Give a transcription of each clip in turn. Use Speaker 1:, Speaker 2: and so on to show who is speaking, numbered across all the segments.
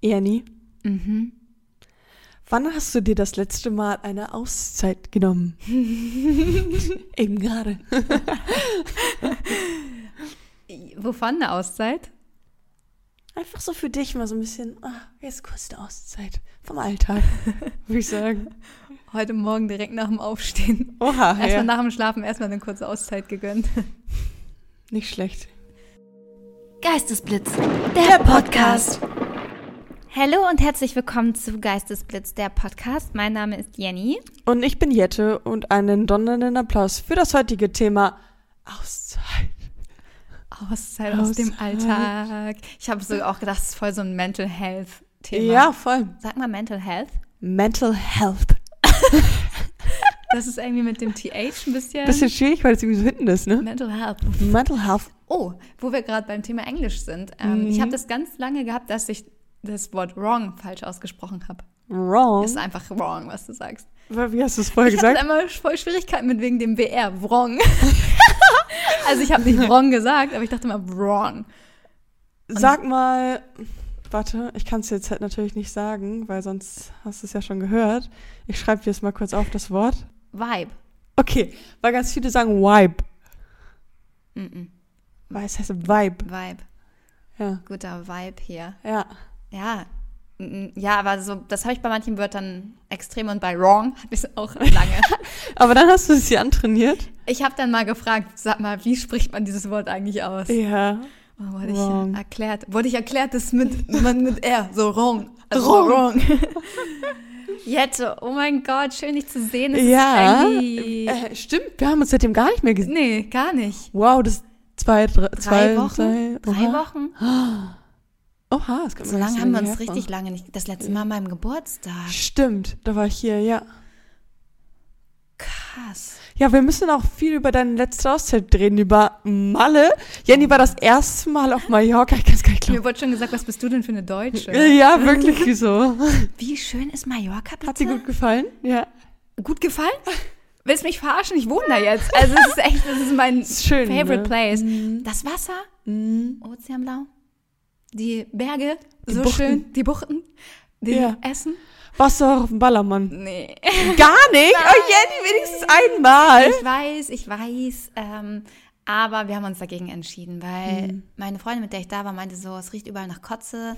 Speaker 1: Eher nie.
Speaker 2: Mhm.
Speaker 1: Wann hast du dir das letzte Mal eine Auszeit genommen? Eben gerade.
Speaker 2: Wovon eine Auszeit?
Speaker 1: Einfach so für dich mal so ein bisschen, ah, jetzt kurz eine Auszeit vom Alltag, würde ich sagen.
Speaker 2: Heute Morgen direkt nach dem Aufstehen.
Speaker 1: Oha,
Speaker 2: Erstmal
Speaker 1: ja.
Speaker 2: nach dem Schlafen erstmal eine kurze Auszeit gegönnt.
Speaker 1: nicht schlecht.
Speaker 2: Geistesblitz, der Podcast. Hallo und herzlich willkommen zu Geistesblitz, der Podcast. Mein Name ist Jenny.
Speaker 1: Und ich bin Jette und einen donnernden Applaus für das heutige Thema Auszeit.
Speaker 2: Auszeit aus dem
Speaker 1: Auszeit.
Speaker 2: Alltag. Ich habe so auch gedacht, es ist voll so ein Mental Health Thema.
Speaker 1: Ja, voll.
Speaker 2: Sag mal Mental Health.
Speaker 1: Mental Health.
Speaker 2: Das ist irgendwie mit dem TH ein bisschen.
Speaker 1: Bisschen schwierig, weil es irgendwie so hinten ist, ne?
Speaker 2: Mental Health.
Speaker 1: Mental Health.
Speaker 2: Oh, wo wir gerade beim Thema Englisch sind. Ähm,
Speaker 1: Mhm.
Speaker 2: Ich habe das ganz lange gehabt, dass ich das Wort wrong falsch ausgesprochen habe.
Speaker 1: Wrong.
Speaker 2: Das ist einfach wrong, was du sagst.
Speaker 1: Wie hast du es vorher
Speaker 2: Ich hatte
Speaker 1: gesagt?
Speaker 2: einmal voll Schwierigkeiten mit wegen dem BR. Wrong. also ich habe nicht wrong gesagt, aber ich dachte immer wrong.
Speaker 1: Sag mal, warte, ich kann es jetzt halt natürlich nicht sagen, weil sonst hast du es ja schon gehört. Ich schreibe dir jetzt mal kurz auf das Wort.
Speaker 2: Vibe.
Speaker 1: Okay, weil ganz viele sagen Vibe.
Speaker 2: Mm-mm.
Speaker 1: Weil es heißt Vibe.
Speaker 2: Vibe.
Speaker 1: Ja.
Speaker 2: Guter Vibe hier.
Speaker 1: Ja.
Speaker 2: Ja. Mm, Ja, aber so, das habe ich bei manchen Wörtern extrem und bei wrong hatte ich es auch lange.
Speaker 1: Aber dann hast du es dir antrainiert.
Speaker 2: ich habe dann mal gefragt, sag mal, wie spricht man dieses Wort eigentlich aus?
Speaker 1: Ja.
Speaker 2: Oh, wurde ich
Speaker 1: Wrong.
Speaker 2: ja erklärt, wurde ich erklärt, dass mit, man mit R so wrong. Also
Speaker 1: Wrong.
Speaker 2: wrong. Jette, oh mein Gott, schön dich zu sehen. Es
Speaker 1: Ja.
Speaker 2: Ist irgendwie,
Speaker 1: Äh, stimmt, wir haben uns seitdem gar nicht mehr gesehen.
Speaker 2: nee, gar nicht.
Speaker 1: Wow, das zwei, drei,
Speaker 2: Drei
Speaker 1: zwei,
Speaker 2: Wochen?
Speaker 1: Drei,
Speaker 2: Drei
Speaker 1: oha.
Speaker 2: Wochen?
Speaker 1: Oha, das kommt
Speaker 2: So
Speaker 1: mir gar
Speaker 2: lange
Speaker 1: nicht
Speaker 2: haben wir
Speaker 1: lange
Speaker 2: uns
Speaker 1: her
Speaker 2: richtig lange nicht. Das letzte Mal an meinem
Speaker 1: vor.
Speaker 2: Geburtstag.
Speaker 1: Stimmt, da war ich hier, ja.
Speaker 2: Krass.
Speaker 1: Ja, wir müssen auch viel über deine letzte Auszeit reden, über Malle. Jenny war das erste Mal auf Mallorca, ich kann es gar nicht glauben.
Speaker 2: Mir wurde schon gesagt, was bist du denn für eine Deutsche?
Speaker 1: Ja, wirklich so.
Speaker 2: Wie schön ist Mallorca bitte?
Speaker 1: Hat dir gut gefallen? Ja.
Speaker 2: gut gefallen? Willst mich verarschen? Ich wohne da jetzt. Also es ist echt, das ist mein
Speaker 1: Ist schön, ne?
Speaker 2: favorite
Speaker 1: Mhm.
Speaker 2: place. Das Wasser, Ozeanblau, die Berge,
Speaker 1: Die
Speaker 2: so
Speaker 1: Buchten.
Speaker 2: schön, die Buchten, die
Speaker 1: Ja.
Speaker 2: Essen.
Speaker 1: Warst du auch auf dem Ballermann?
Speaker 2: Nee.
Speaker 1: Gar nicht? Oh, Jenny, wenigstens einmal.
Speaker 2: Ich weiß, ich weiß. Ähm, aber wir haben uns dagegen entschieden, weil
Speaker 1: Mhm.
Speaker 2: meine Freundin, mit der ich da war, meinte so, es riecht überall nach Kotze.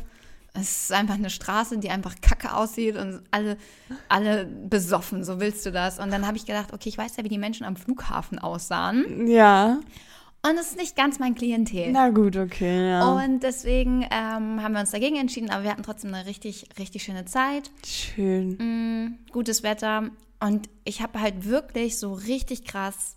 Speaker 2: Es ist einfach eine Straße, die einfach kacke aussieht und alle, alle besoffen, so willst du das. Und dann habe ich gedacht, okay, ich weiß ja, wie die Menschen am Flughafen aussahen.
Speaker 1: Ja.
Speaker 2: Und es ist nicht ganz mein Klientel.
Speaker 1: Na gut, okay, ja.
Speaker 2: Und deswegen ähm, haben wir uns dagegen entschieden, aber wir hatten trotzdem eine richtig, richtig schöne Zeit.
Speaker 1: Schön.
Speaker 2: Mm, gutes Wetter. Und ich habe halt wirklich so richtig krass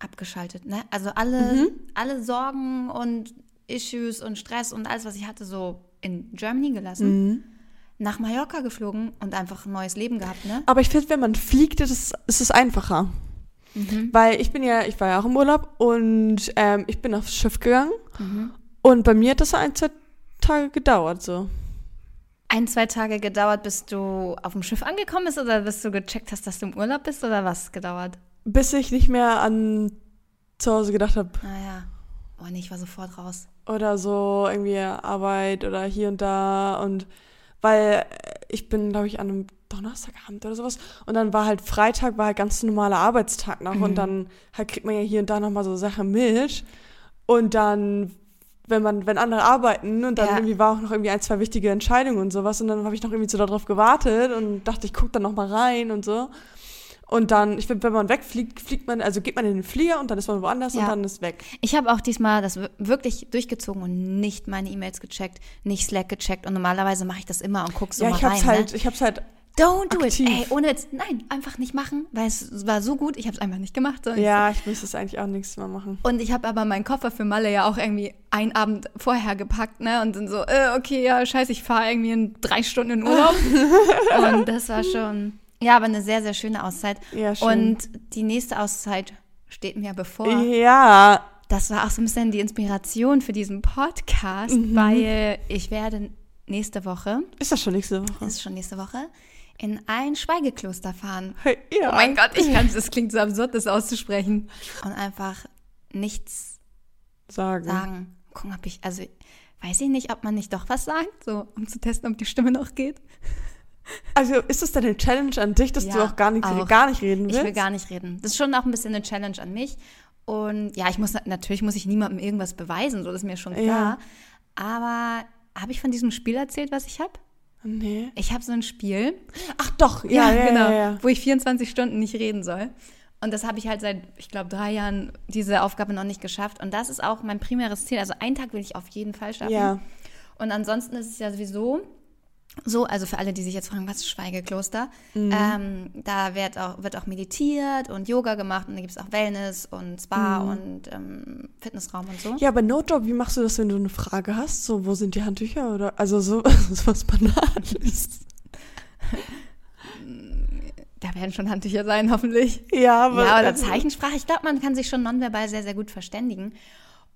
Speaker 2: abgeschaltet. Ne? Also alle, alle Sorgen und Issues und Stress und alles, was ich hatte, so in Germany
Speaker 1: Mhm.
Speaker 2: gelassen. Nach Mallorca geflogen und einfach ein neues Leben gehabt. Ne?
Speaker 1: Aber ich finde, wenn man fliegt, ist es, ist es einfacher. Weil ich bin ja, ich war ja auch im Urlaub und ähm, ich bin aufs Schiff gegangen. Und bei mir hat das ein, zwei Tage gedauert, so.
Speaker 2: Ein, zwei Tage gedauert, bis du auf dem Schiff angekommen bist oder bis du gecheckt hast, dass du im Urlaub bist oder was gedauert?
Speaker 1: Bis ich nicht mehr an zu Hause gedacht habe.
Speaker 2: Naja. Oh nee, ich war sofort raus.
Speaker 1: oder so irgendwie Arbeit oder hier und da und weil äh, ich bin glaube ich an einem Donnerstagabend oder sowas und dann war halt Freitag war halt ganz normaler Arbeitstag noch
Speaker 2: Mhm.
Speaker 1: und dann halt kriegt man ja hier und da noch mal so Sachen mit und dann wenn man wenn andere arbeiten und dann
Speaker 2: Ja.
Speaker 1: irgendwie war auch noch irgendwie ein zwei wichtige Entscheidungen und sowas und dann habe ich noch irgendwie so darauf gewartet und dachte ich guck dann noch mal rein und so und dann ich finde wenn man wegfliegt fliegt man also geht man in den Flieger und dann ist man woanders
Speaker 2: Ja.
Speaker 1: und dann ist weg
Speaker 2: Ich habe auch diesmal das wir- wirklich durchgezogen und nicht meine E-Mails gecheckt, nicht Slack gecheckt und normalerweise mache ich das immer und gucke so
Speaker 1: ja
Speaker 2: mal
Speaker 1: ich
Speaker 2: rein.
Speaker 1: hab's halt
Speaker 2: ne?
Speaker 1: ich hab's halt
Speaker 2: Don't do
Speaker 1: aktiv.
Speaker 2: it. Ey, ohne jetzt, nein, einfach nicht machen, weil es war so gut, ich habe es einfach nicht gemacht. So.
Speaker 1: Ja, ich müsste es eigentlich auch nächstes Mal machen.
Speaker 2: Und ich habe aber meinen Koffer für Malle ja auch irgendwie einen Abend vorher gepackt, ne? Und dann so, äh, okay, ja, scheiße, ich fahre irgendwie in drei Stunden in Urlaub. und das war schon, ja, aber eine sehr, sehr schöne Auszeit.
Speaker 1: Ja, schön.
Speaker 2: Und die nächste Auszeit steht mir bevor.
Speaker 1: Ja,
Speaker 2: das war auch so ein bisschen die Inspiration für diesen Podcast,
Speaker 1: Mhm.
Speaker 2: weil ich werde nächste Woche,
Speaker 1: ist das schon nächste Woche?
Speaker 2: das ist schon nächste Woche, in ein Schweigekloster fahren.
Speaker 1: Hey, ja.
Speaker 2: Oh mein Gott, ich kann das klingt so absurd, das auszusprechen. Und einfach nichts
Speaker 1: Sagen.
Speaker 2: sagen. Gucken, ob ich, also weiß ich nicht, ob man nicht doch was sagt, so, um zu testen, ob die Stimme noch geht.
Speaker 1: Also ist das deine Challenge an dich, dass
Speaker 2: Ja,
Speaker 1: du auch gar nicht,
Speaker 2: auch.
Speaker 1: gar nicht reden willst?
Speaker 2: Ich will gar nicht reden. Das ist schon auch ein bisschen eine Challenge an mich. Und ja, ich muss na- natürlich muss ich niemandem irgendwas beweisen, so das ist mir schon
Speaker 1: Ja.
Speaker 2: klar. Aber habe ich von diesem Spiel erzählt, was ich habe?
Speaker 1: Nee.
Speaker 2: Ich habe so ein Spiel,
Speaker 1: Ach doch, ja, ja,
Speaker 2: genau,
Speaker 1: ja, ja.
Speaker 2: wo ich 24 Stunden nicht reden soll. Und das habe ich halt seit, ich glaube, drei Jahren diese Aufgabe noch nicht geschafft. Und das ist auch mein primäres Ziel. Also einen Tag will ich auf jeden Fall schaffen.
Speaker 1: Ja.
Speaker 2: Und ansonsten ist es ja sowieso so, also für alle, die sich jetzt fragen, was ist Schweigekloster?
Speaker 1: Mhm.
Speaker 2: Ähm, da wird auch, wird auch meditiert und Yoga gemacht und da gibt es auch Wellness und Spa und ähm, Fitnessraum und so.
Speaker 1: Mhm. Ja, aber No-Job, wie machst du das, wenn du eine Frage hast? So, wo sind die Handtücher? Oder, also so, so was Banales.
Speaker 2: Da werden schon Handtücher sein, hoffentlich.
Speaker 1: Ja, aber,
Speaker 2: ja, oder
Speaker 1: also,
Speaker 2: Zeichensprache. Ich glaube, man kann sich schon nonverbal sehr, sehr gut verständigen.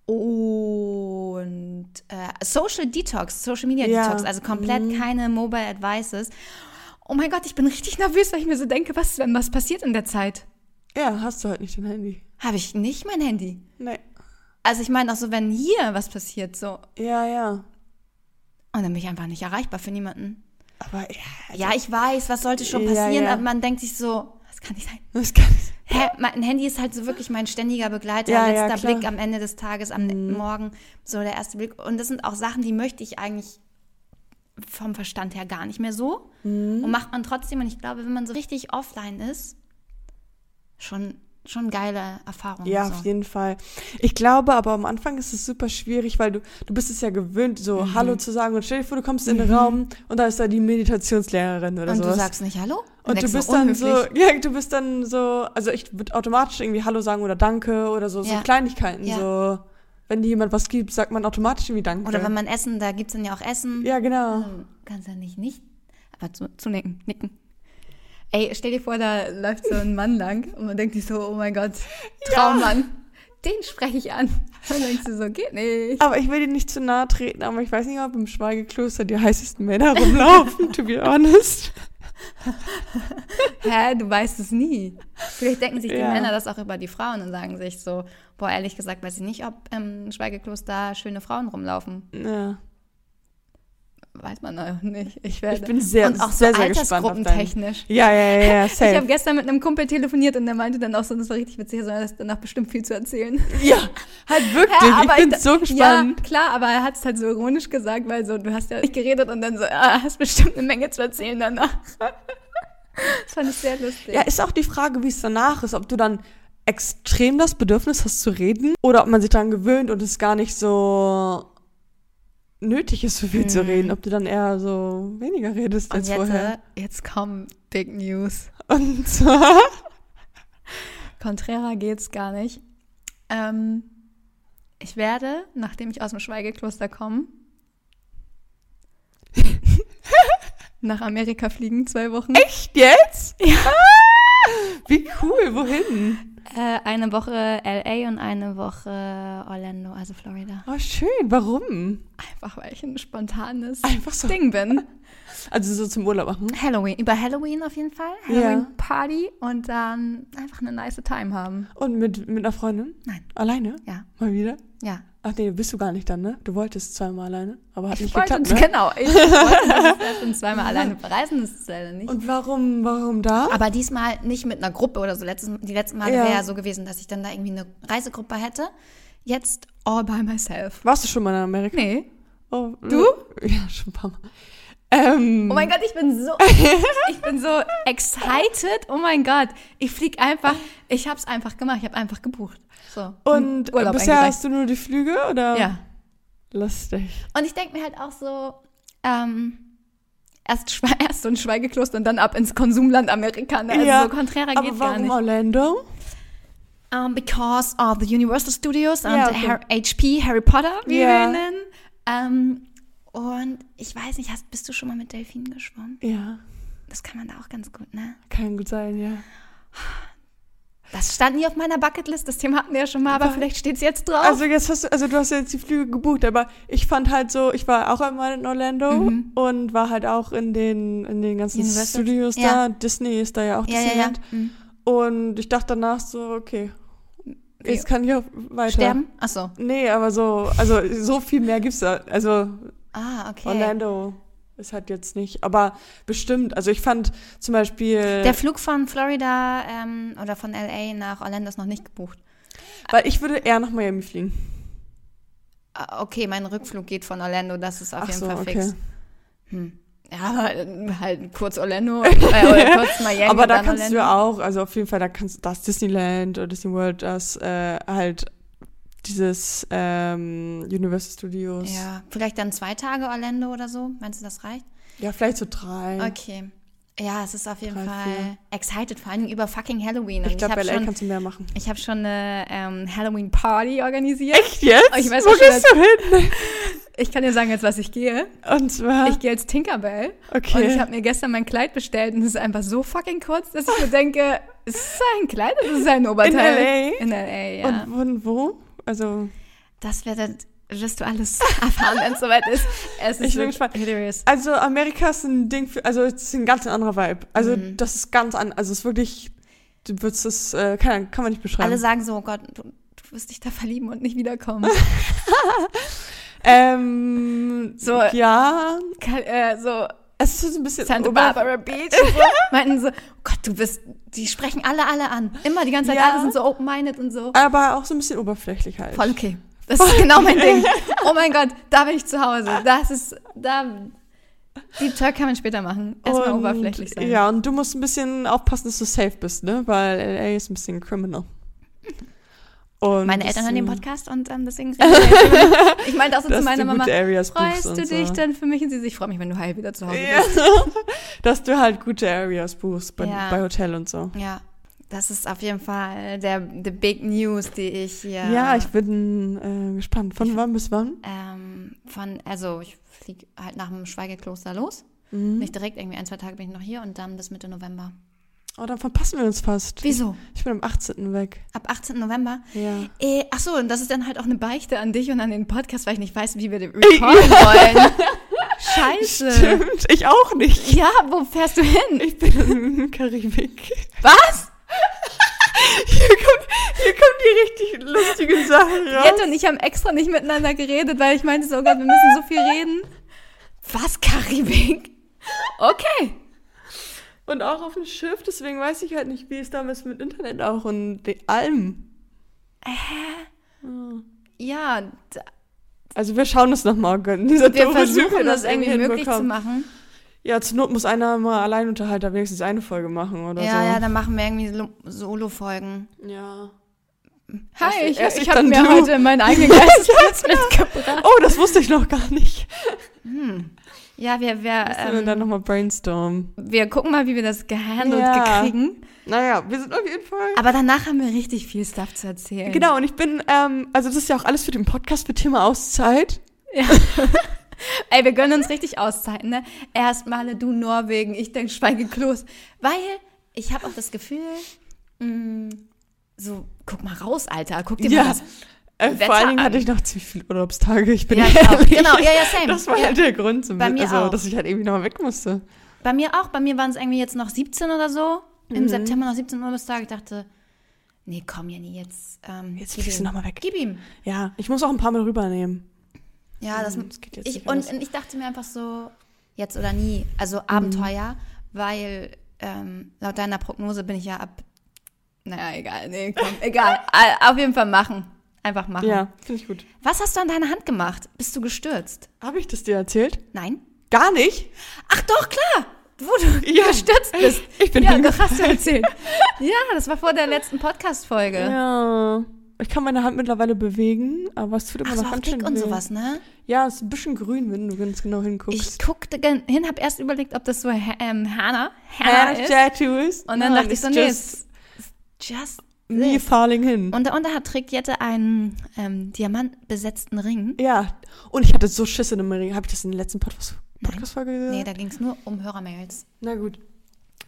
Speaker 2: Und äh, Social Detox, Social Media
Speaker 1: Ja. Mhm.
Speaker 2: Detox, also komplett keine Mobile Advices. Oh mein Gott, ich bin richtig nervös, weil ich mir so denke, was, wenn was passiert in der Zeit?
Speaker 1: ja, hast du halt nicht dein Handy.
Speaker 2: Habe ich nicht mein Handy.
Speaker 1: Nee.
Speaker 2: Also ich meine auch so, wenn hier was passiert, so.
Speaker 1: Ja, ja.
Speaker 2: Und dann bin ich einfach nicht erreichbar für niemanden.
Speaker 1: Aber ja,
Speaker 2: Ja, ich weiß, was sollte schon
Speaker 1: Also Ja,
Speaker 2: passieren,
Speaker 1: ja.
Speaker 2: aber man denkt sich so, das kann nicht sein.
Speaker 1: das kann ich.
Speaker 2: Hä, mein Handy ist halt so wirklich mein ständiger Begleiter,
Speaker 1: Ja, ja, klar.
Speaker 2: letzter
Speaker 1: Mhm.
Speaker 2: Blick am Ende des Tages, am Morgen, so der erste Blick. Und das sind auch Sachen, die möchte ich eigentlich vom Verstand her gar nicht mehr so.
Speaker 1: Mhm.
Speaker 2: Und macht man trotzdem. Und ich glaube, wenn man so richtig offline ist, schon, schon geile Erfahrungen.
Speaker 1: Ja,
Speaker 2: so.
Speaker 1: auf jeden Fall. Ich glaube, aber am Anfang ist es super schwierig, weil du, du bist es ja gewöhnt, so
Speaker 2: Mhm.
Speaker 1: Hallo zu sagen. Und stell dir vor, du kommst in den Raum und da ist da die Meditationslehrerin oder
Speaker 2: Und
Speaker 1: sowas.
Speaker 2: du sagst nicht Hallo?
Speaker 1: und du
Speaker 2: denkst nur,
Speaker 1: bist dann so,
Speaker 2: unhöflich.
Speaker 1: ja, du bist dann so, also ich würde automatisch irgendwie Hallo sagen oder Danke oder so, so
Speaker 2: Ja.
Speaker 1: Kleinigkeiten.
Speaker 2: Ja.
Speaker 1: So, wenn dir jemand was gibt, sagt man automatisch irgendwie Danke.
Speaker 2: Oder wenn man Essen, da gibt es dann ja auch Essen.
Speaker 1: ja, genau.
Speaker 2: Also, Kannst ja nicht nicht, aber zu, zu nicken, nicken. Ey, stell dir vor, da läuft so ein Mann lang und man denkt sich so, oh mein Gott, Traummann, den spreche ich an. Dann denkst du so, geht nicht.
Speaker 1: Aber ich will dir nicht zu nahe treten, aber ich weiß nicht, ob im Schweigekloster die heißesten Männer rumlaufen, to be honest.
Speaker 2: Hä, du weißt es nie. Vielleicht denken sich die
Speaker 1: Ja.
Speaker 2: Männer das auch über die Frauen und sagen sich so, boah, ehrlich gesagt, weiß ich nicht, ob im Schweigekloster schöne Frauen rumlaufen.
Speaker 1: Ja.
Speaker 2: Weiß man noch nicht. Ich,
Speaker 1: Ich
Speaker 2: werde.
Speaker 1: bin sehr,
Speaker 2: und auch
Speaker 1: sehr,
Speaker 2: so
Speaker 1: sehr gespannt auf deinen.
Speaker 2: altersgruppentechnisch.
Speaker 1: Ja, ja, ja, ja,
Speaker 2: Ich habe
Speaker 1: safe.
Speaker 2: gestern mit einem Kumpel telefoniert und der meinte dann auch so, das war richtig witzig, er soll das danach bestimmt viel zu erzählen.
Speaker 1: ja, halt wirklich.
Speaker 2: Ja,
Speaker 1: ich
Speaker 2: aber
Speaker 1: bin
Speaker 2: ich-
Speaker 1: so gespannt.
Speaker 2: Ja, klar, aber er hat es halt so ironisch gesagt, weil so, du hast ja nicht geredet und dann so, ah, hast bestimmt eine Menge zu erzählen danach. Das fand ich sehr lustig.
Speaker 1: Ja. ist auch die Frage, wie es danach ist, ob du dann extrem das Bedürfnis hast zu reden oder ob man sich daran gewöhnt und es gar nicht so nötig ist, so viel zu reden, ob du dann eher so weniger redest
Speaker 2: Mhm. und
Speaker 1: als
Speaker 2: jetzt,
Speaker 1: vorher.
Speaker 2: äh, jetzt kommen Big News.
Speaker 1: Und zwar,
Speaker 2: Contrera geht's gar nicht. Ähm, ich werde, nachdem ich aus dem Schweigekloster komme, nach Amerika fliegen, zwei Wochen.
Speaker 1: echt jetzt? Ja. Wie cool, wohin?
Speaker 2: Äh, eine Woche LA und eine Woche Orlando, also Florida.
Speaker 1: Oh, schön. Warum?
Speaker 2: Einfach weil ich ein spontanes
Speaker 1: Einfach so.
Speaker 2: Ding bin.
Speaker 1: Also so zum Urlaub machen.
Speaker 2: Halloween, über Halloween auf jeden Fall.
Speaker 1: Ja.
Speaker 2: Halloween-Party und dann einfach eine nice Time haben.
Speaker 1: Und mit, mit einer Freundin?
Speaker 2: Nein.
Speaker 1: Alleine?
Speaker 2: Ja,
Speaker 1: Mal wieder?
Speaker 2: ja.
Speaker 1: Ach nee, bist du gar nicht dann, ne? Du wolltest zweimal alleine, aber hat
Speaker 2: Ich
Speaker 1: nicht
Speaker 2: wollte,
Speaker 1: geklappt, ne?
Speaker 2: genau, ich wollte das schon zweimal alleine bereisen, das ist leider nicht.
Speaker 1: Und warum, warum da?
Speaker 2: aber diesmal nicht mit einer Gruppe oder so. Letztes, die letzten Male
Speaker 1: Ja.
Speaker 2: wäre ja so gewesen, dass ich dann da irgendwie eine Reisegruppe hätte. Jetzt all by myself.
Speaker 1: Warst du schon mal in Amerika?
Speaker 2: Nee.
Speaker 1: Oh,
Speaker 2: Du?
Speaker 1: Ja, schon ein paar Mal. Ähm,
Speaker 2: Oh mein Gott, ich bin so, ich bin so excited. Oh mein Gott, ich flieg einfach. Ich habe es einfach gemacht. Ich habe einfach gebucht. So.
Speaker 1: und
Speaker 2: Urlaub
Speaker 1: bisher
Speaker 2: eingereicht.
Speaker 1: hast du nur die Flüge oder?
Speaker 2: Ja.
Speaker 1: Lustig.
Speaker 2: Und ich denke mir halt auch so, ähm, erst, Schwe erst so ein Schweigekloster und dann ab ins Konsumland Amerikaner. Also
Speaker 1: Ja,
Speaker 2: so konträr
Speaker 1: aber
Speaker 2: geht gar
Speaker 1: warum
Speaker 2: nicht.
Speaker 1: Orlando?
Speaker 2: Um, because of the Universal Studios und
Speaker 1: Ja, okay.
Speaker 2: Har- HP, Harry Potter, wie
Speaker 1: Ja.
Speaker 2: wir ihn nennen. Ähm, und ich weiß nicht, hast, bist du schon mal mit Delfinen geschwommen?
Speaker 1: Ja,
Speaker 2: Das kann man da auch ganz gut, ne?
Speaker 1: kann gut sein, ja.
Speaker 2: Das stand nie auf meiner Bucketlist, das Thema hatten wir ja schon mal, aber vielleicht steht es jetzt drauf.
Speaker 1: Also jetzt hast du, also du hast ja jetzt die Flüge gebucht, aber ich fand halt so, ich war auch einmal in Orlando
Speaker 2: Mhm.
Speaker 1: und war halt auch in den, in den ganzen
Speaker 2: Universal-
Speaker 1: Studios da.
Speaker 2: ja.
Speaker 1: Disney ist da ja auch
Speaker 2: ja, ja, ja.
Speaker 1: Disneyland.
Speaker 2: Mhm.
Speaker 1: Und ich dachte danach so, okay, Jetzt kann ich auch weiter.
Speaker 2: Sterben? Ach so.
Speaker 1: Nee, aber so, also so viel mehr gibt's da. Also
Speaker 2: Ah, okay.
Speaker 1: Orlando ist halt jetzt nicht, aber bestimmt. Also ich fand zum Beispiel,
Speaker 2: Der Flug von Florida ähm, oder von LA nach Orlando ist noch nicht gebucht.
Speaker 1: weil ich würde eher nach Miami fliegen.
Speaker 2: Ah, Okay, mein Rückflug geht von Orlando, das ist auf
Speaker 1: Ach
Speaker 2: jeden
Speaker 1: so,
Speaker 2: Fall
Speaker 1: okay.
Speaker 2: fix. Hm. Ja, aber äh, halt kurz Orlando, äh, oder kurz Miami.
Speaker 1: aber da
Speaker 2: dann
Speaker 1: kannst
Speaker 2: Orlando.
Speaker 1: du ja auch, also auf jeden Fall, da kannst das Disneyland oder Disney World, das äh, halt dieses ähm, Universal Studios.
Speaker 2: Ja, vielleicht dann zwei Tage Orlando oder so. Meinst du, das reicht?
Speaker 1: Ja, vielleicht so drei.
Speaker 2: Okay. Ja, es ist auf jeden
Speaker 1: Drei,
Speaker 2: Fall excited, vor allem über fucking Halloween. Und
Speaker 1: Ich glaube,
Speaker 2: hab
Speaker 1: bei LA
Speaker 2: schon,
Speaker 1: kannst du mehr machen.
Speaker 2: ich habe schon eine ähm, Halloween-Party organisiert.
Speaker 1: Echt jetzt?
Speaker 2: Oh, ich weiß
Speaker 1: Wo
Speaker 2: auch schon,
Speaker 1: gehst du hin?
Speaker 2: Ich kann dir sagen, als was ich gehe.
Speaker 1: Und zwar,
Speaker 2: Ich gehe als Tinkerbell.
Speaker 1: okay.
Speaker 2: Und ich habe mir gestern mein Kleid bestellt und es ist einfach so fucking kurz, dass ich mir denke, es ist ein Kleid, es ist ein Oberteil.
Speaker 1: LA?
Speaker 2: In LA, ja.
Speaker 1: Und wo- Und wo? Also,
Speaker 2: das werdet, wirst du alles erfahren, wenn es soweit ist. Es ist
Speaker 1: Ich bin
Speaker 2: wirklich
Speaker 1: gespannt.
Speaker 2: hilarious.
Speaker 1: also Amerika ist ein Ding für, also es ist ein ganz anderer Vibe. Also
Speaker 2: Mhm.
Speaker 1: das ist ganz an, also es ist wirklich, du würdest es, äh, kann, kann man nicht beschreiben.
Speaker 2: Alle sagen so, oh Gott, du, du wirst dich da verlieben und nicht wiederkommen.
Speaker 1: Ähm,
Speaker 2: So. äh,
Speaker 1: ja,
Speaker 2: Ke- äh, so
Speaker 1: es ist so ein bisschen
Speaker 2: Santa
Speaker 1: urban.
Speaker 2: Barbara Beach und so. Meinten so, oh Gott, du bist, die sprechen alle, alle an. Immer die ganze Zeit,
Speaker 1: Ja.
Speaker 2: alle sind so open-minded und so.
Speaker 1: aber auch so ein bisschen oberflächlich halt.
Speaker 2: Voll okay. Das ist genau mein Ding. Oh mein Gott, da bin ich zu Hause. Das ist, da, Deep Talk kann man später machen. Erstmal
Speaker 1: Und-
Speaker 2: oberflächlich sein.
Speaker 1: Ja, und du musst ein bisschen aufpassen, dass du safe bist, ne? Weil LA ist ein bisschen criminal. Und
Speaker 2: Meine Eltern hören den
Speaker 1: deswegen-
Speaker 2: Podcast und ähm, deswegen reden wir jetzt über- Ich meinte auch so
Speaker 1: dass
Speaker 2: zu meiner
Speaker 1: du
Speaker 2: Mama,
Speaker 1: gute Areas buchst
Speaker 2: freust
Speaker 1: und
Speaker 2: du dich
Speaker 1: so.
Speaker 2: denn für mich? Und sie so, ich freue mich, wenn du heil wieder zu Hause
Speaker 1: Ja.
Speaker 2: bist.
Speaker 1: Also dass du halt gute Areas buchst bei,
Speaker 2: Ja.
Speaker 1: bei Hotel und so.
Speaker 2: Ja, das ist auf jeden Fall der the Big News, die ich hier
Speaker 1: Ja, ich bin äh, gespannt. Von wann bis wann?
Speaker 2: ähm, von, also ich fliege halt nach dem Schweigekloster los.
Speaker 1: Mhm.
Speaker 2: Nicht direkt, irgendwie ein, zwei Tage bin ich noch hier und dann bis Mitte November.
Speaker 1: Oh, dann verpassen wir uns fast.
Speaker 2: Wieso?
Speaker 1: Ich bin am 18. weg.
Speaker 2: Ab 18. November?
Speaker 1: Ja.
Speaker 2: Äh, ach so, und das ist dann halt auch eine Beichte an dich und an den Podcast, weil ich nicht weiß, wie wir den recorden wollen. Scheiße.
Speaker 1: Stimmt, ich auch nicht.
Speaker 2: Ja, wo fährst du hin?
Speaker 1: Ich bin in Karibik.
Speaker 2: Was?
Speaker 1: Hier kommt, hier kommt die richtig lustigen Sachen raus.
Speaker 2: Jette und ich haben extra nicht miteinander geredet, weil ich meinte so, oh Gott, wir müssen so viel reden. Was, Karibik? Okay.
Speaker 1: Und auch auf dem Schiff, deswegen weiß ich halt nicht, wie es damals mit Internet auch und de- allem.
Speaker 2: Ja, d-
Speaker 1: Also wir schauen es nochmal, gönnen. Dieser doofe
Speaker 2: wir
Speaker 1: Typ, der
Speaker 2: versuchen das irgendwie möglich zu
Speaker 1: hinbekommt.
Speaker 2: machen.
Speaker 1: Ja, zur Not muss einer mal Alleinunterhalter wenigstens eine Folge machen oder
Speaker 2: Ja, ja,
Speaker 1: so.
Speaker 2: dann machen wir irgendwie Lo- Solo-Folgen.
Speaker 1: ja.
Speaker 2: Hi, ich,
Speaker 1: erst
Speaker 2: ich
Speaker 1: ich,
Speaker 2: habe
Speaker 1: dann
Speaker 2: mir
Speaker 1: du.
Speaker 2: heute meinen eigenen Geistesblitz mitgebracht.
Speaker 1: Oh, das wusste ich noch gar nicht.
Speaker 2: Ja, wir, wir,
Speaker 1: Müssen wir
Speaker 2: ähm,
Speaker 1: dann nochmal brainstormen.
Speaker 2: wir gucken mal, wie wir das gehandelt
Speaker 1: Ja.
Speaker 2: kriegen.
Speaker 1: Naja, wir sind auf jeden Fall.
Speaker 2: Aber danach haben wir richtig viel Stuff zu erzählen.
Speaker 1: Genau, und ich bin, ähm, also das ist ja auch alles für den Podcast mit Thema Auszeit.
Speaker 2: Ey, wir gönnen uns richtig Auszeiten, ne? Erstmale du Norwegen, ich denk Schweigeklos. Weil ich habe auch das Gefühl, mh, so, guck mal raus, Alter, guck dir mal das.
Speaker 1: Äh,
Speaker 2: Wetter
Speaker 1: vor allen Dingen
Speaker 2: an.
Speaker 1: hatte ich noch ziemlich viele Urlaubstage. Ich bin
Speaker 2: Ja, ich auch.
Speaker 1: ehrlich.
Speaker 2: Genau, ja, ja, same.
Speaker 1: Das war
Speaker 2: Ja.
Speaker 1: halt der Grund, so
Speaker 2: Bei
Speaker 1: mit-
Speaker 2: mir
Speaker 1: also,
Speaker 2: auch.
Speaker 1: dass ich halt irgendwie nochmal weg musste.
Speaker 2: Bei mir auch, bei mir waren es irgendwie jetzt noch 17 oder so.
Speaker 1: Mhm.
Speaker 2: Im September noch 17 Urlaubstage. Ich dachte, nee, komm, Jenny, jetzt. Ähm,
Speaker 1: Jetzt
Speaker 2: gib
Speaker 1: fliegst
Speaker 2: ihm.
Speaker 1: du noch mal weg.
Speaker 2: Gib ihm.
Speaker 1: Ja, ich muss auch ein paar Mal rübernehmen.
Speaker 2: Ja, das,
Speaker 1: Mhm. Das geht jetzt
Speaker 2: ich,
Speaker 1: nicht
Speaker 2: und,
Speaker 1: anders. Mhm.
Speaker 2: und ich dachte mir einfach so, jetzt oder nie, also Abenteuer, weil ähm, laut deiner Prognose bin ich ja ab. Naja, egal, nee, komm, egal. Al- Auf jeden Fall machen. Einfach machen.
Speaker 1: Ja, finde ich gut.
Speaker 2: Was hast du an deiner Hand gemacht? Bist du gestürzt?
Speaker 1: Habe ich das dir erzählt?
Speaker 2: Nein?
Speaker 1: Gar nicht.
Speaker 2: Ach doch, klar! Wo du
Speaker 1: Ja.
Speaker 2: gestürzt bist.
Speaker 1: Ich bin
Speaker 2: ja, das
Speaker 1: hingefallen.
Speaker 2: hast du erzählt. Ja, das war vor der letzten Podcast-Folge.
Speaker 1: Ja. Ich kann meine Hand mittlerweile bewegen, aber es tut immer
Speaker 2: Ach, so
Speaker 1: noch
Speaker 2: Also auf
Speaker 1: ganz schön
Speaker 2: dick und
Speaker 1: weh.
Speaker 2: sowas, ne?
Speaker 1: Ja, ist ein bisschen grün, wenn du ganz genau
Speaker 2: Ich
Speaker 1: hinguckst.
Speaker 2: guckte gen- hin, hab erst überlegt, ob das so Ha- ähm, Hannah, Hannah
Speaker 1: Hand
Speaker 2: ist.
Speaker 1: Tattoos.
Speaker 2: Und dann
Speaker 1: Nein,
Speaker 2: dachte ich so,
Speaker 1: it's
Speaker 2: nee,
Speaker 1: just
Speaker 2: es ist just
Speaker 1: me
Speaker 2: this.
Speaker 1: falling hin.
Speaker 2: Und darunter hat trägt Jette einen ähm, diamantbesetzten Ring.
Speaker 1: Ja, und ich hatte so Schiss in dem Ring. Habe ich das in der letzten Podcast- Podcast-Folge gesagt?
Speaker 2: Nee, da ging es nur um Hörermails.
Speaker 1: Na gut.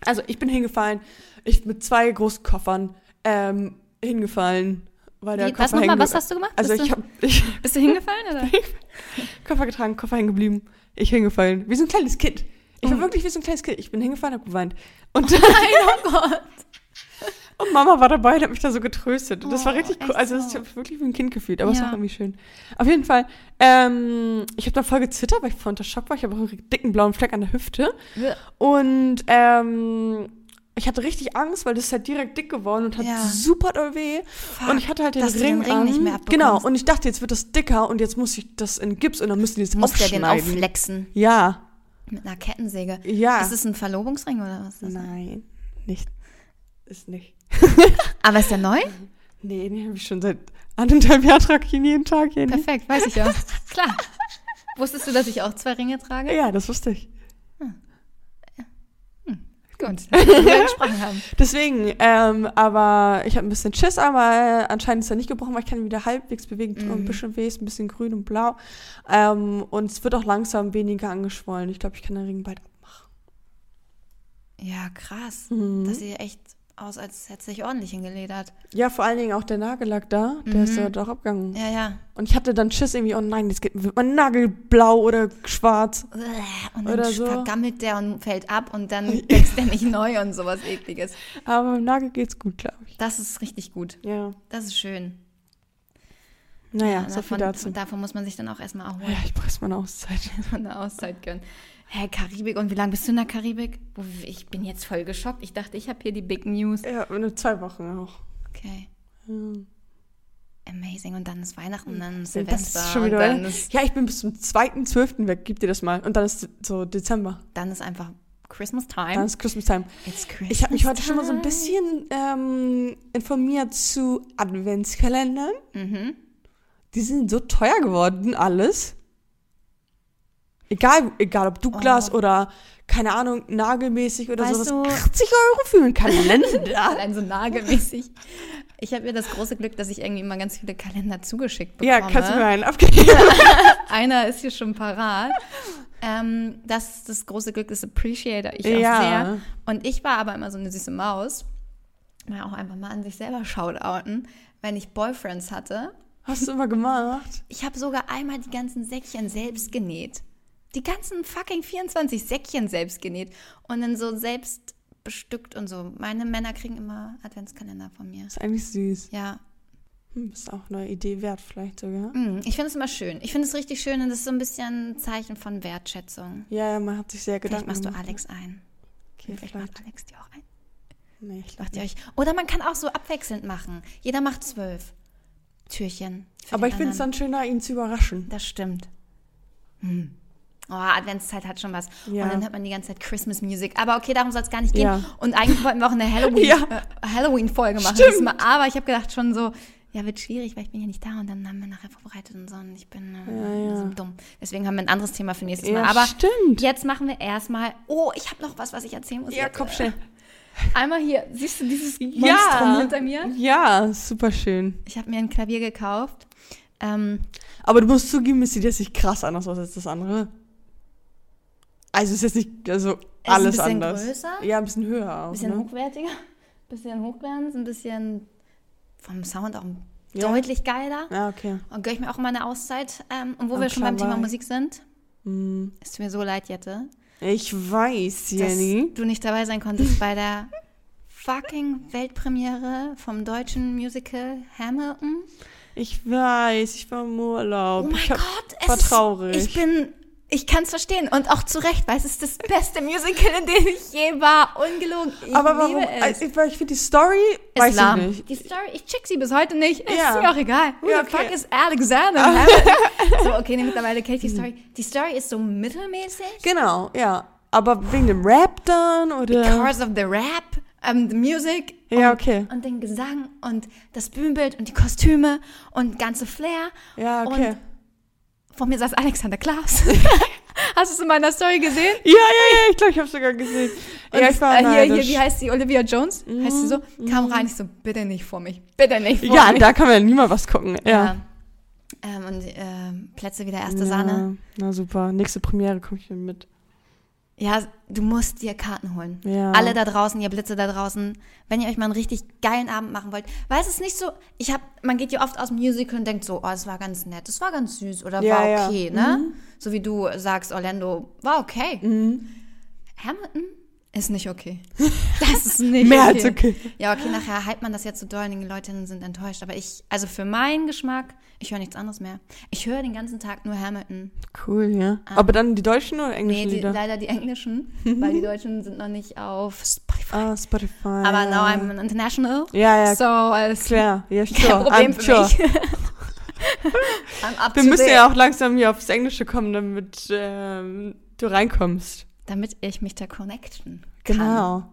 Speaker 1: Also, ich bin hingefallen. Ich mit zwei großen Koffern ähm, hingefallen. Weil der
Speaker 2: Wie-
Speaker 1: Koffer
Speaker 2: was nochmal,
Speaker 1: hängen-
Speaker 2: was hast du gemacht?
Speaker 1: Also,
Speaker 2: bist,
Speaker 1: ich
Speaker 2: du,
Speaker 1: habe ich,
Speaker 2: bist du hingefallen? Oder?
Speaker 1: Koffer getragen, Koffer hängen geblieben. Ich hingefallen. Wie so ein kleines Kind. Ich war
Speaker 2: Oh.
Speaker 1: wirklich wie so ein kleines Kind. Ich bin hingefallen, habe geweint. Und
Speaker 2: Nein, oh Gott.
Speaker 1: Und Mama war dabei, die hat mich da so getröstet. Und das war
Speaker 2: Oh,
Speaker 1: richtig cool.
Speaker 2: echt
Speaker 1: Also, ich
Speaker 2: so.
Speaker 1: habe wirklich wie ein Kind gefühlt, aber es
Speaker 2: Ja.
Speaker 1: war irgendwie schön. Auf jeden Fall, ähm, ich habe dann voll gezittert, weil ich voll unter Schock war. Ich habe auch einen dicken blauen Fleck an der Hüfte. Und ähm, ich hatte richtig Angst, weil das ist halt direkt dick geworden und hat
Speaker 2: Ja.
Speaker 1: super doll weh.
Speaker 2: Fuck,
Speaker 1: und ich hatte halt den
Speaker 2: dass du den
Speaker 1: Ring,
Speaker 2: Ring
Speaker 1: an.
Speaker 2: nicht mehr abbekommst.
Speaker 1: Genau, und ich dachte, jetzt wird das dicker und jetzt muss ich das in Gips und dann müssen die das
Speaker 2: Muss der
Speaker 1: aufschneiden.
Speaker 2: den aufflexen
Speaker 1: ja,
Speaker 2: mit einer Kettensäge?
Speaker 1: ja.
Speaker 2: Ist es ein Verlobungsring oder was? Ist das?
Speaker 1: Nein, nicht. Ist nicht.
Speaker 2: Aber ist der neu?
Speaker 1: Nee, den habe ich schon seit anderthalb Jahren trage ich ihn jeden Tag jeden.
Speaker 2: Perfekt, weiß ich ja. Klar. Wusstest du, dass ich auch zwei Ringe trage?
Speaker 1: Ja, das wusste ich.
Speaker 2: Gut, dass wir darüber gesprochen haben.
Speaker 1: Deswegen, ähm, aber ich habe ein bisschen Schiss, aber anscheinend ist er nicht gebrochen, weil ich kann ihn wieder halbwegs bewegen. Tut mir
Speaker 2: Mhm.
Speaker 1: Ein bisschen weh, ist ein bisschen grün und blau. Ähm, und es wird auch langsam weniger angeschwollen. Ich glaube, ich kann den Ring bald abmachen.
Speaker 2: Ja, krass. Das sieht echt aus, als hätte sich ordentlich hingeledert.
Speaker 1: Ja, vor allen Dingen auch der Nagellack da, der ist ja doch abgegangen.
Speaker 2: Mhm. Ja, ja.
Speaker 1: Und ich hatte dann Schiss irgendwie, oh nein, jetzt wird mein Nagel blau oder schwarz.
Speaker 2: Und dann
Speaker 1: Oder so.
Speaker 2: vergammelt der und fällt ab und dann wächst der nicht neu und sowas ekliges.
Speaker 1: Aber beim Nagel geht's gut, glaube ich.
Speaker 2: Das ist richtig gut.
Speaker 1: Ja.
Speaker 2: Das ist schön.
Speaker 1: Naja, so viel
Speaker 2: davon,
Speaker 1: dazu.
Speaker 2: davon muss man sich dann auch erstmal erholen.
Speaker 1: Ja, ich brauche jetzt meine Auszeit.
Speaker 2: eine Auszeit gönnen. Hä, Karibik? Und wie lange bist du in der Karibik? Wo- Ich bin jetzt voll geschockt. Ich dachte, ich habe hier die Big News.
Speaker 1: Ja, in zwei Wochen auch.
Speaker 2: Okay.
Speaker 1: Ja.
Speaker 2: Amazing. Und dann ist Weihnachten und dann
Speaker 1: Hm. Das
Speaker 2: Silvester.
Speaker 1: ist schon wieder.
Speaker 2: und dann ist,
Speaker 1: ja, ich bin bis zum 2.12. weg, gib dir das mal. Und dann ist so Dezember.
Speaker 2: dann ist einfach Christmas
Speaker 1: Dann
Speaker 2: Time.
Speaker 1: ist Christmas Time.
Speaker 2: It's Christmas
Speaker 1: Ich habe mich heute schon mal so ein
Speaker 2: time.
Speaker 1: bisschen ähm, informiert zu Adventskalendern.
Speaker 2: Mhm.
Speaker 1: Die sind so teuer geworden, alles. Egal, egal ob Douglas oder, keine Ahnung, nagelmäßig oder
Speaker 2: Oh. Weißt
Speaker 1: sowas.
Speaker 2: du-
Speaker 1: 80 Euro für einen Kalender.
Speaker 2: Allein so nagelmäßig. Ich habe ja das große Glück, dass ich irgendwie immer ganz viele Kalender zugeschickt bekomme.
Speaker 1: ja, kannst du mir einen abgeben?
Speaker 2: Einer ist hier schon parat. ähm, das ist das große Glück, das appreciate ich
Speaker 1: Ja.
Speaker 2: auch sehr. Und ich war aber immer so eine süße Maus. Mal auch einfach mal an sich selber shoutouten, wenn ich Boyfriends hatte.
Speaker 1: Hast du immer gemacht?
Speaker 2: Ich habe sogar einmal die ganzen Säckchen selbst genäht. Die ganzen fucking 24 Säckchen selbst genäht und dann so selbst bestückt und so. Meine Männer kriegen immer Adventskalender von mir.
Speaker 1: Ist eigentlich süß.
Speaker 2: Ja,
Speaker 1: Hm, ist auch eine Idee wert, vielleicht sogar.
Speaker 2: Mm, Ich finde es immer schön. Ich finde es richtig schön und das ist so ein bisschen ein Zeichen von Wertschätzung.
Speaker 1: Ja, ja, man hat sich sehr
Speaker 2: Vielleicht
Speaker 1: Gedanken
Speaker 2: machst du
Speaker 1: gemacht.
Speaker 2: Alex ein.
Speaker 1: Okay,
Speaker 2: Vielleicht
Speaker 1: vielleicht.
Speaker 2: macht Alex dir auch ein.
Speaker 1: Nee, ich glaub
Speaker 2: Macht ihr euch. Oder man kann auch so abwechselnd machen. Jeder macht zwölf Türchen. für
Speaker 1: Aber
Speaker 2: den
Speaker 1: ich finde es
Speaker 2: anderen.
Speaker 1: dann schöner, ihn zu überraschen.
Speaker 2: Das stimmt. Hm. Oh, Adventszeit hat schon was.
Speaker 1: Ja.
Speaker 2: Und dann hört man die ganze Zeit Christmas Music. Aber okay, darum soll es gar nicht gehen.
Speaker 1: Ja.
Speaker 2: Und eigentlich wollten wir auch eine Halloween,
Speaker 1: Ja.
Speaker 2: äh, Halloween-Folge machen.
Speaker 1: Stimmt.
Speaker 2: Diesmal. Aber ich habe gedacht schon so, ja, wird schwierig, weil ich bin ja nicht da. Und dann haben wir nachher vorbereitet und so. Und ich bin äh,
Speaker 1: Ja, ja.
Speaker 2: so dumm. Deswegen haben wir ein anderes Thema für nächstes
Speaker 1: Ja,
Speaker 2: Mal. Aber
Speaker 1: stimmt.
Speaker 2: jetzt machen wir erstmal, oh, ich habe noch was, was ich erzählen muss.
Speaker 1: Ja,
Speaker 2: Jetzt,
Speaker 1: komm
Speaker 2: äh,
Speaker 1: schnell.
Speaker 2: Einmal hier, siehst du dieses Monstrum
Speaker 1: Ja.
Speaker 2: hinter mir?
Speaker 1: Ja, super schön.
Speaker 2: Ich habe mir ein Klavier gekauft. Ähm,
Speaker 1: Aber du musst zugeben, es sieht jetzt nicht krass anders aus als das andere. Also ist jetzt nicht, also
Speaker 2: ein
Speaker 1: alles
Speaker 2: bisschen
Speaker 1: anders.
Speaker 2: größer.
Speaker 1: Ja, ein bisschen höher auch.
Speaker 2: bisschen
Speaker 1: ne?
Speaker 2: hochwertiger, bisschen Hochglanz, ein bisschen vom Sound auch
Speaker 1: Ja.
Speaker 2: deutlich geiler.
Speaker 1: Ja, Ah, okay.
Speaker 2: Und gönne ich mir auch mal eine Auszeit. Ähm, und wo
Speaker 1: Am
Speaker 2: wir schon beim Thema
Speaker 1: Klavier.
Speaker 2: Musik sind,
Speaker 1: Hm.
Speaker 2: es tut mir so leid, Jette,
Speaker 1: Ich weiß,
Speaker 2: dass
Speaker 1: Jenny.
Speaker 2: du nicht dabei sein konntest bei der fucking Weltpremiere vom deutschen Musical Hamilton.
Speaker 1: Oh Ich weiß, ich war im Urlaub.
Speaker 2: Oh mein
Speaker 1: ich hab-
Speaker 2: Gott, es
Speaker 1: war
Speaker 2: ist-
Speaker 1: traurig.
Speaker 2: Ich bin, ich kann es verstehen und auch zu Recht, weil es ist das beste Musical, in dem ich je war. Ungelogen. Ich
Speaker 1: aber
Speaker 2: liebe
Speaker 1: warum?
Speaker 2: es.
Speaker 1: Also, ich, weil ich finde die Story,
Speaker 2: Ist
Speaker 1: weiß
Speaker 2: lahm.
Speaker 1: ich nicht.
Speaker 2: Die Story, ich check sie bis heute nicht. Ist
Speaker 1: Ja.
Speaker 2: mir auch egal. Who
Speaker 1: Ja,
Speaker 2: the
Speaker 1: okay. Ah.
Speaker 2: fuck is Alexander? so, okay, nee, mittlerweile kenne ich die Story. Die Story ist so mittelmäßig.
Speaker 1: Genau, ja. Aber wegen dem Rap dann oder?
Speaker 2: Chorus of the Rap, ähm, the Music.
Speaker 1: Ja,
Speaker 2: und,
Speaker 1: okay.
Speaker 2: Und den Gesang und das Bühnenbild und die Kostüme und ganze Flair.
Speaker 1: ja, okay.
Speaker 2: Und vor mir saß Alexander Klaas. Hast du es in meiner Story gesehen?
Speaker 1: Ja, ja, ja, ich glaube, ich habe sogar gesehen.
Speaker 2: Und
Speaker 1: ja, ich war
Speaker 2: äh, hier, hier,
Speaker 1: neidisch. Mhm,
Speaker 2: wie heißt sie? Olivia Jones? heißt sie so? Kam rein, ich so, bitte nicht vor mich. Bitte nicht vor
Speaker 1: Ja,
Speaker 2: mich.
Speaker 1: da kann man ja niemand was gucken. Ja.
Speaker 2: Ja. Ähm, und ähm, Plätze wieder erste
Speaker 1: ja.
Speaker 2: Sahne.
Speaker 1: Na super. Nächste Premiere komme ich mit.
Speaker 2: Ja, du musst dir Karten holen.
Speaker 1: Ja.
Speaker 2: Alle da draußen, ihr Blitze da draußen, wenn ihr euch mal einen richtig geilen Abend machen wollt. Weil es ist nicht so, ich hab, man geht ja oft aus dem Musical und denkt so, oh, es war ganz nett, es war ganz süß oder
Speaker 1: Ja, ja. Mhm.
Speaker 2: war okay, ne? So wie du sagst, Orlando, war okay. Hamilton Ist nicht okay. Das ist nicht
Speaker 1: Mehr
Speaker 2: Mhm. okay.
Speaker 1: als okay.
Speaker 2: Ja, okay, nachher hype man das jetzt so doll und die Leute sind enttäuscht. Aber ich, also für meinen Geschmack, ich höre nichts anderes mehr. Ich höre den ganzen Tag nur Hamilton.
Speaker 1: Cool, ja. Aber dann die deutschen oder
Speaker 2: Ah. Nee,
Speaker 1: englischen
Speaker 2: die,
Speaker 1: Lieder?
Speaker 2: leider die englischen, weil die deutschen sind noch nicht auf Spotify.
Speaker 1: Ah, Spotify.
Speaker 2: Aber now I'm an international.
Speaker 1: Ja, Ähm, ja,
Speaker 2: So, alles
Speaker 1: klar. Ja, sure.
Speaker 2: kein Problem
Speaker 1: I'm
Speaker 2: für
Speaker 1: sure.
Speaker 2: mich. I'm up
Speaker 1: Wir
Speaker 2: to
Speaker 1: müssen
Speaker 2: date.
Speaker 1: ja auch langsam hier aufs Englische kommen, damit ähm, du reinkommst.
Speaker 2: Damit ich mich da connecten kann.
Speaker 1: Genau.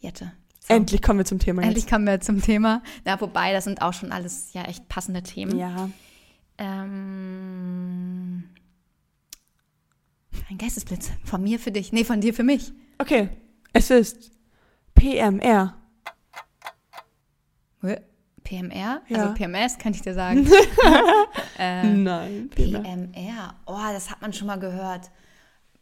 Speaker 2: Jette. So.
Speaker 1: Endlich kommen wir zum Thema
Speaker 2: Endlich kommen wir zum Thema. Na, wobei, das sind auch schon alles ja echt passende
Speaker 1: jetzt.
Speaker 2: Themen.
Speaker 1: Ja.
Speaker 2: Ähm, ein Geistesblitz. Von mir für dich. Nee, von dir für mich.
Speaker 1: Okay. Es ist PMR.
Speaker 2: Hä? PMR?
Speaker 1: Ja.
Speaker 2: Also PMS kann ich dir sagen. äh,
Speaker 1: Nein. genau. PMR.
Speaker 2: PMR. Oh, das hat man schon mal gehört.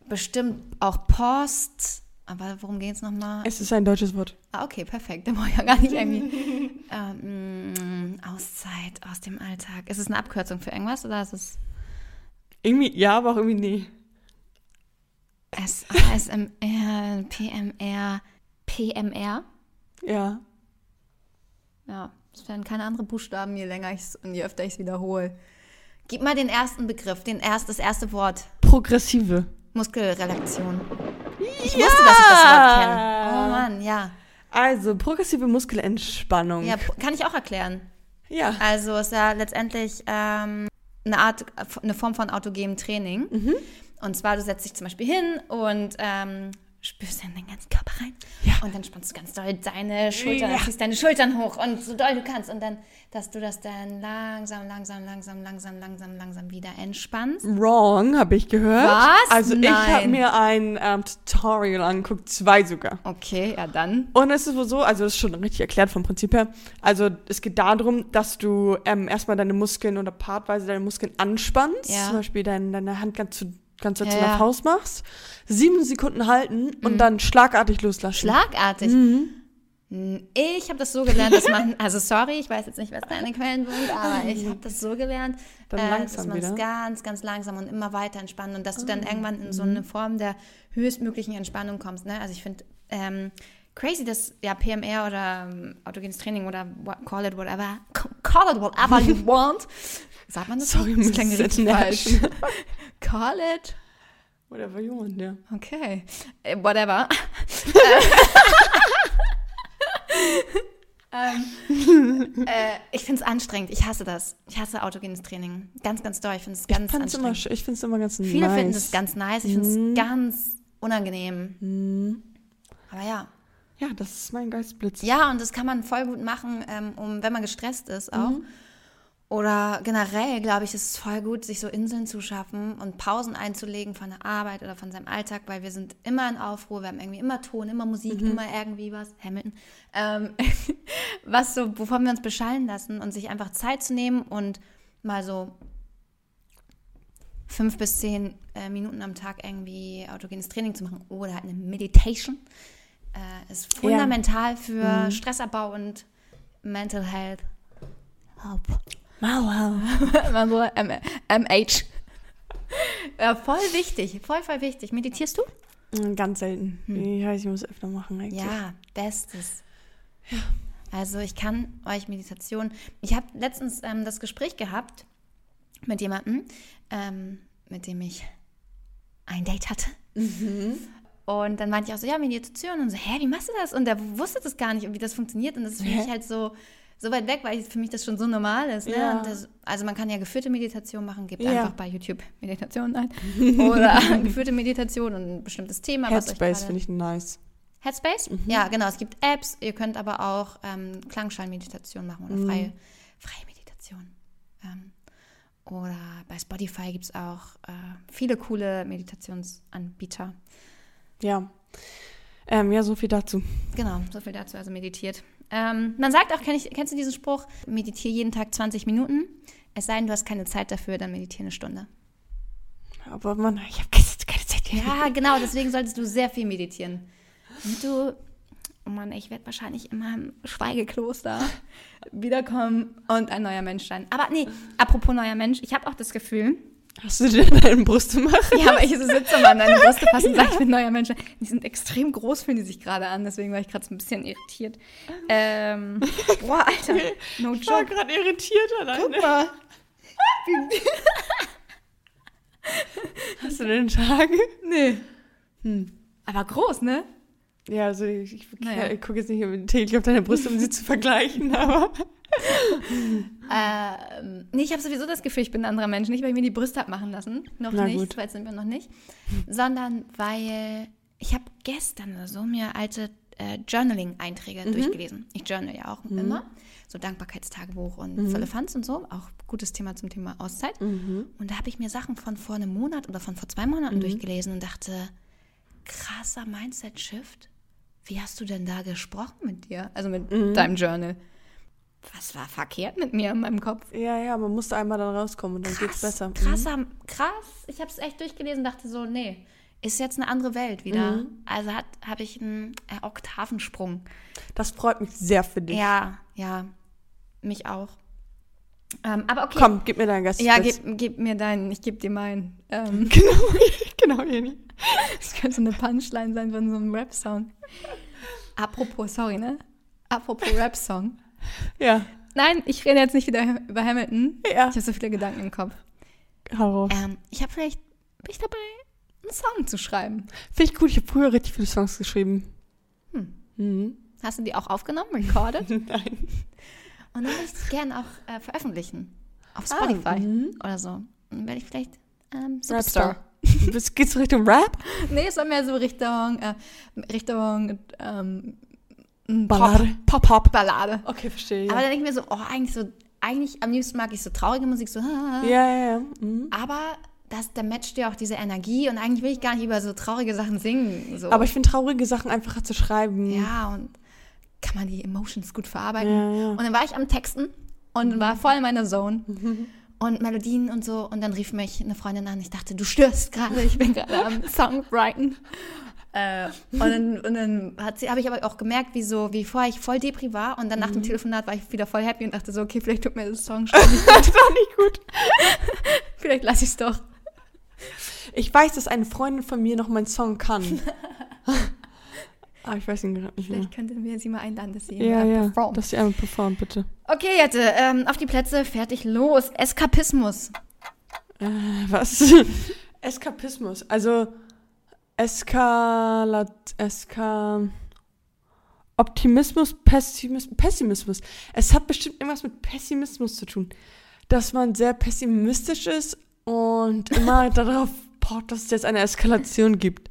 Speaker 2: Bestimmt auch Post. Aber worum geht's nochmal?
Speaker 1: Es ist ein deutsches Wort.
Speaker 2: Ah, okay, perfekt. Da brauche ich ja gar nicht irgendwie. ähm, Auszeit aus dem Alltag. Ist es eine Abkürzung für irgendwas oder ist es
Speaker 1: Irgendwie ja, aber auch irgendwie nee.
Speaker 2: S ASMR, PMR, PMR?
Speaker 1: Ja.
Speaker 2: Ja, es werden keine anderen Buchstaben, je länger ich es und je öfter ich es wiederhole. Gib mal den ersten Begriff, den erst, das erste Wort.
Speaker 1: Progressive.
Speaker 2: Muskelrelaktion. Ich wusste, dass ich das Wort kenne. Oh Mann, ja.
Speaker 1: Also, progressive Muskelentspannung.
Speaker 2: Ja, kann ich auch erklären.
Speaker 1: ja.
Speaker 2: Also es ist ja letztendlich ähm, eine Art, eine Form von autogenem Training. Und zwar, du setzt dich zum Beispiel hin und ähm, spürst dann deinen ganzen Körper rein.
Speaker 1: Ja.
Speaker 2: Und dann spannst du ganz doll deine Schultern,
Speaker 1: Ja.
Speaker 2: ziehst deine Schultern hoch und so doll du kannst. Und dann, dass du das dann langsam, langsam, langsam, langsam, langsam, langsam wieder entspannst.
Speaker 1: Wrong, habe ich gehört.
Speaker 2: Was?
Speaker 1: Also ich habe
Speaker 2: Nein.
Speaker 1: mir ein ähm, Tutorial angeguckt, zwei sogar.
Speaker 2: Okay, ja dann.
Speaker 1: Und es ist wohl so, also das ist schon richtig erklärt vom Prinzip her. Also es geht darum, dass du ähm, erstmal deine Muskeln oder partweise deine Muskeln anspannst.
Speaker 2: Ja.
Speaker 1: Zum Beispiel dein, deine Hand ganz zu ganz doll zu
Speaker 2: Ja,
Speaker 1: einer
Speaker 2: ja. Mhm.
Speaker 1: Faust machst, sieben Sekunden halten und dann schlagartig loslassen.
Speaker 2: Schlagartig.
Speaker 1: Mhm.
Speaker 2: Ich habe das so gelernt, dass man, also sorry, ich weiß jetzt nicht, was deine Quellen sind, aber ich habe das so gelernt, äh,
Speaker 1: Dann
Speaker 2: dass
Speaker 1: langsam
Speaker 2: man es
Speaker 1: wieder. Ah,
Speaker 2: ganz, ganz langsam und immer weiter entspannen und dass du dann irgendwann in so
Speaker 1: mhm.
Speaker 2: eine Form der höchstmöglichen Entspannung kommst. Ne? Also ich finde ähm, crazy, dass ja PMR oder ähm, autogenes Training oder wha- call it whatever, c- call it whatever you want. Sagt man das? so?
Speaker 1: Sorry,
Speaker 2: das
Speaker 1: Miss
Speaker 2: klang richtig falsch.
Speaker 1: International.
Speaker 2: call it
Speaker 1: Whatever you want, ja.
Speaker 2: Okay. Äh, Whatever. ähm, äh, ich finde es anstrengend. Ich hasse das. Ich hasse autogenes Training. Ganz, ganz doll. Ich finde es
Speaker 1: Ich
Speaker 2: ganz
Speaker 1: find's immer,
Speaker 2: anstrengend.
Speaker 1: sch- ich find's immer ganz nice.
Speaker 2: Viele finden es ganz nice. Ich finde es
Speaker 1: Mhm.
Speaker 2: ganz unangenehm. Aber ja.
Speaker 1: Ja, das ist mein Geistblitz.
Speaker 2: Ja, und das kann man voll gut machen, ähm, um, wenn man gestresst ist auch. Oder generell, glaube ich, ist es voll gut, sich so Inseln zu schaffen und Pausen einzulegen von der Arbeit oder von seinem Alltag, weil wir sind immer in Aufruhr, wir haben irgendwie immer Ton, immer Musik, immer irgendwie was, Hamilton, ähm, was so, wovon wir uns beschallen lassen und sich einfach Zeit zu nehmen und mal so fünf bis zehn äh, Minuten am Tag irgendwie autogenes Training zu machen oder halt eine Meditation äh, ist fundamental für Stressabbau und Mental Health. Help.
Speaker 1: Wow, wow.
Speaker 2: Immer so M MH. Ja, voll wichtig, voll, voll wichtig. Meditierst du?
Speaker 1: Mhm, Ganz selten. Ich weiß, ich muss öfter machen eigentlich.
Speaker 2: Hm. Ja, bestes. Also ich kann euch Meditation. Ich habe letztens ähm, das Gespräch gehabt mit jemandem, ähm, mit dem ich ein Date hatte.
Speaker 1: Mhm.
Speaker 2: Und dann meinte ich auch so, ja, Meditation. Und so, hä, wie machst du das? Und der wusste das gar nicht und wie das funktioniert. Und das ist für
Speaker 1: Hä?
Speaker 2: mich halt so, so weit weg, weil ich- für mich das schon so normal ist. Ne?
Speaker 1: Ja.
Speaker 2: Und das, also man kann ja geführte Meditation machen, gibt
Speaker 1: Ja.
Speaker 2: einfach bei YouTube Meditationen ein. Oder geführte Meditation und ein bestimmtes Thema. was euch
Speaker 1: Headspace
Speaker 2: gerade-
Speaker 1: finde ich nice.
Speaker 2: Headspace? Ja, genau. Es gibt Apps. Ihr könnt aber auch ähm, Klangschallmeditation machen oder freie, freie Meditation. Ähm, oder bei Spotify gibt es auch äh, viele coole Meditationsanbieter.
Speaker 1: Ja. Ähm, ja, so viel dazu.
Speaker 2: Genau, so viel dazu. Also meditiert. Ähm, man sagt auch, kenn ich, kennst du diesen Spruch? Meditiere jeden Tag 20 Minuten. Es sei denn, du hast keine Zeit dafür, dann meditiere eine Stunde.
Speaker 1: Aber man, ich habe keine, keine Zeit.
Speaker 2: Ja, genau. Deswegen solltest du sehr viel meditieren. Und du, oh Mann, ich werde wahrscheinlich in meinem Schweigekloster wiederkommen und ein neuer Mensch sein. Aber nee, apropos neuer Mensch, ich habe auch das Gefühl,
Speaker 1: Hast du dir in deinen Brüste gemacht?
Speaker 2: Ja, aber ich sitze mal an deine Brüste passen, ja. sag ich bin neuer Mensch. Die sind extrem groß, fühlen die sich gerade an, deswegen war ich gerade so ein bisschen irritiert. Ähm, boah, Alter, no
Speaker 1: ich war
Speaker 2: joke.
Speaker 1: gerade irritiert alleine.
Speaker 2: Guck mal.
Speaker 1: Hast du den Tag?
Speaker 2: Nee.
Speaker 1: Hm.
Speaker 2: Aber groß, ne?
Speaker 1: Ja, also ich, ich,
Speaker 2: Naja.
Speaker 1: ich gucke jetzt nicht mit täglich auf deine Brüste, um sie zu vergleichen, aber.
Speaker 2: Ähm, nee, ich habe sowieso das Gefühl, ich bin ein anderer Mensch. Nicht, weil ich mir die Brüste abmachen lassen. Noch
Speaker 1: Na
Speaker 2: nicht,
Speaker 1: gut.
Speaker 2: so weit sind wir noch nicht. Sondern weil ich habe gestern oder so mir alte äh,
Speaker 1: Mhm.
Speaker 2: Journaling-Einträge durchgelesen. Ich journal ja auch immer. So Dankbarkeitstagebuch und mhm. Fans und so. Auch gutes Thema zum Thema Auszeit.
Speaker 1: Mhm.
Speaker 2: Und da habe ich mir Sachen von vor einem Monat oder von vor zwei Monaten durchgelesen und dachte, krasser Mindset-Shift. Wie hast du denn da gesprochen mit dir? Also mit
Speaker 1: Mhm.
Speaker 2: deinem Journal. Was war verkehrt mit mir in meinem Kopf?
Speaker 1: Ja, ja, man musste einmal dann rauskommen und dann geht's besser. Mhm.
Speaker 2: Krasser, krass. Ich habe es echt durchgelesen und dachte so, nee, ist jetzt eine andere Welt wieder.
Speaker 1: Mhm.
Speaker 2: Also hat habe ich einen äh, Oktavensprung.
Speaker 1: Das freut mich sehr für dich.
Speaker 2: Ja, ja, mich auch. Ähm, aber okay.
Speaker 1: Komm, gib mir deinen Gast.
Speaker 2: Ja, gib, gib mir deinen, ich geb dir meinen. Ähm,
Speaker 1: Genau, genau, Jenny.
Speaker 2: das könnte so eine Punchline sein von so einem Rap-Song. Apropos, sorry, ne? Apropos Rap-Song.
Speaker 1: Ja,
Speaker 2: Nein, ich rede jetzt nicht wieder über Hamilton.
Speaker 1: Ja.
Speaker 2: Ich habe so viele Gedanken im Kopf.
Speaker 1: hau raus.
Speaker 2: Ähm, ich habe vielleicht, bin ich dabei, einen Song zu schreiben.
Speaker 1: Finde ich gut, ich habe früher richtig viele Songs geschrieben. Mhm.
Speaker 2: Hast du die auch aufgenommen, recorded?
Speaker 1: Nein.
Speaker 2: Und dann würde ich die gerne auch äh, veröffentlichen. Auf
Speaker 1: Ah,
Speaker 2: Spotify
Speaker 1: mhm.
Speaker 2: oder so. Dann werde ich vielleicht ähm, Superstar.
Speaker 1: Bis- Geht's Richtung Rap?
Speaker 2: Nee, es soll mehr so Richtung, äh, Richtung ähm,
Speaker 1: Ballade.
Speaker 2: Pop, Pop, Pop. Ballade.
Speaker 1: Okay, verstehe.
Speaker 2: Aber
Speaker 1: Ja,
Speaker 2: dann denke ich mir so, oh, eigentlich so, eigentlich am liebsten mag ich so traurige Musik, so. ah.
Speaker 1: ja, ja. ja. Mhm.
Speaker 2: Aber das, da matcht ja auch diese Energie und eigentlich will ich gar nicht über so traurige Sachen singen. So.
Speaker 1: Aber ich finde traurige Sachen einfacher zu schreiben.
Speaker 2: Ja, und kann man die Emotions gut verarbeiten.
Speaker 1: Ja, ja.
Speaker 2: Und dann war ich am Texten und war voll in meiner Zone. Und Melodien und so. Und dann rief mich eine Freundin an. Ich dachte, du störst gerade. Ich bin gerade am Songwriting. Äh, und dann, und dann hat sie- habe ich aber auch gemerkt, wie, so, wie vorher ich voll depri war. Und dann nach dem
Speaker 1: Mhm.
Speaker 2: Telefonat war ich wieder voll happy und dachte so, okay, vielleicht tut mir das Song schon nicht gut.
Speaker 1: Das war nicht gut.
Speaker 2: Vielleicht lasse ich es doch.
Speaker 1: Ich weiß, dass eine Freundin von mir noch meinen Song kann. Aber ich weiß ihn gerade nicht mehr.
Speaker 2: Vielleicht könnten wir sie mal einladen, dass sie
Speaker 1: Ja,
Speaker 2: mal
Speaker 1: ja.
Speaker 2: performt.
Speaker 1: Dass sie einmal performt, bitte.
Speaker 2: Okay, Jette, ähm, auf die Plätze, fertig, los. Eskapismus.
Speaker 1: Äh, was? Eskapismus. Also Eskalat. Eska. Optimismus, Pessimismus, Pessimismus. Es hat bestimmt irgendwas mit Pessimismus zu tun. Dass man sehr pessimistisch ist und immer darauf pocht, dass es jetzt eine Eskalation gibt.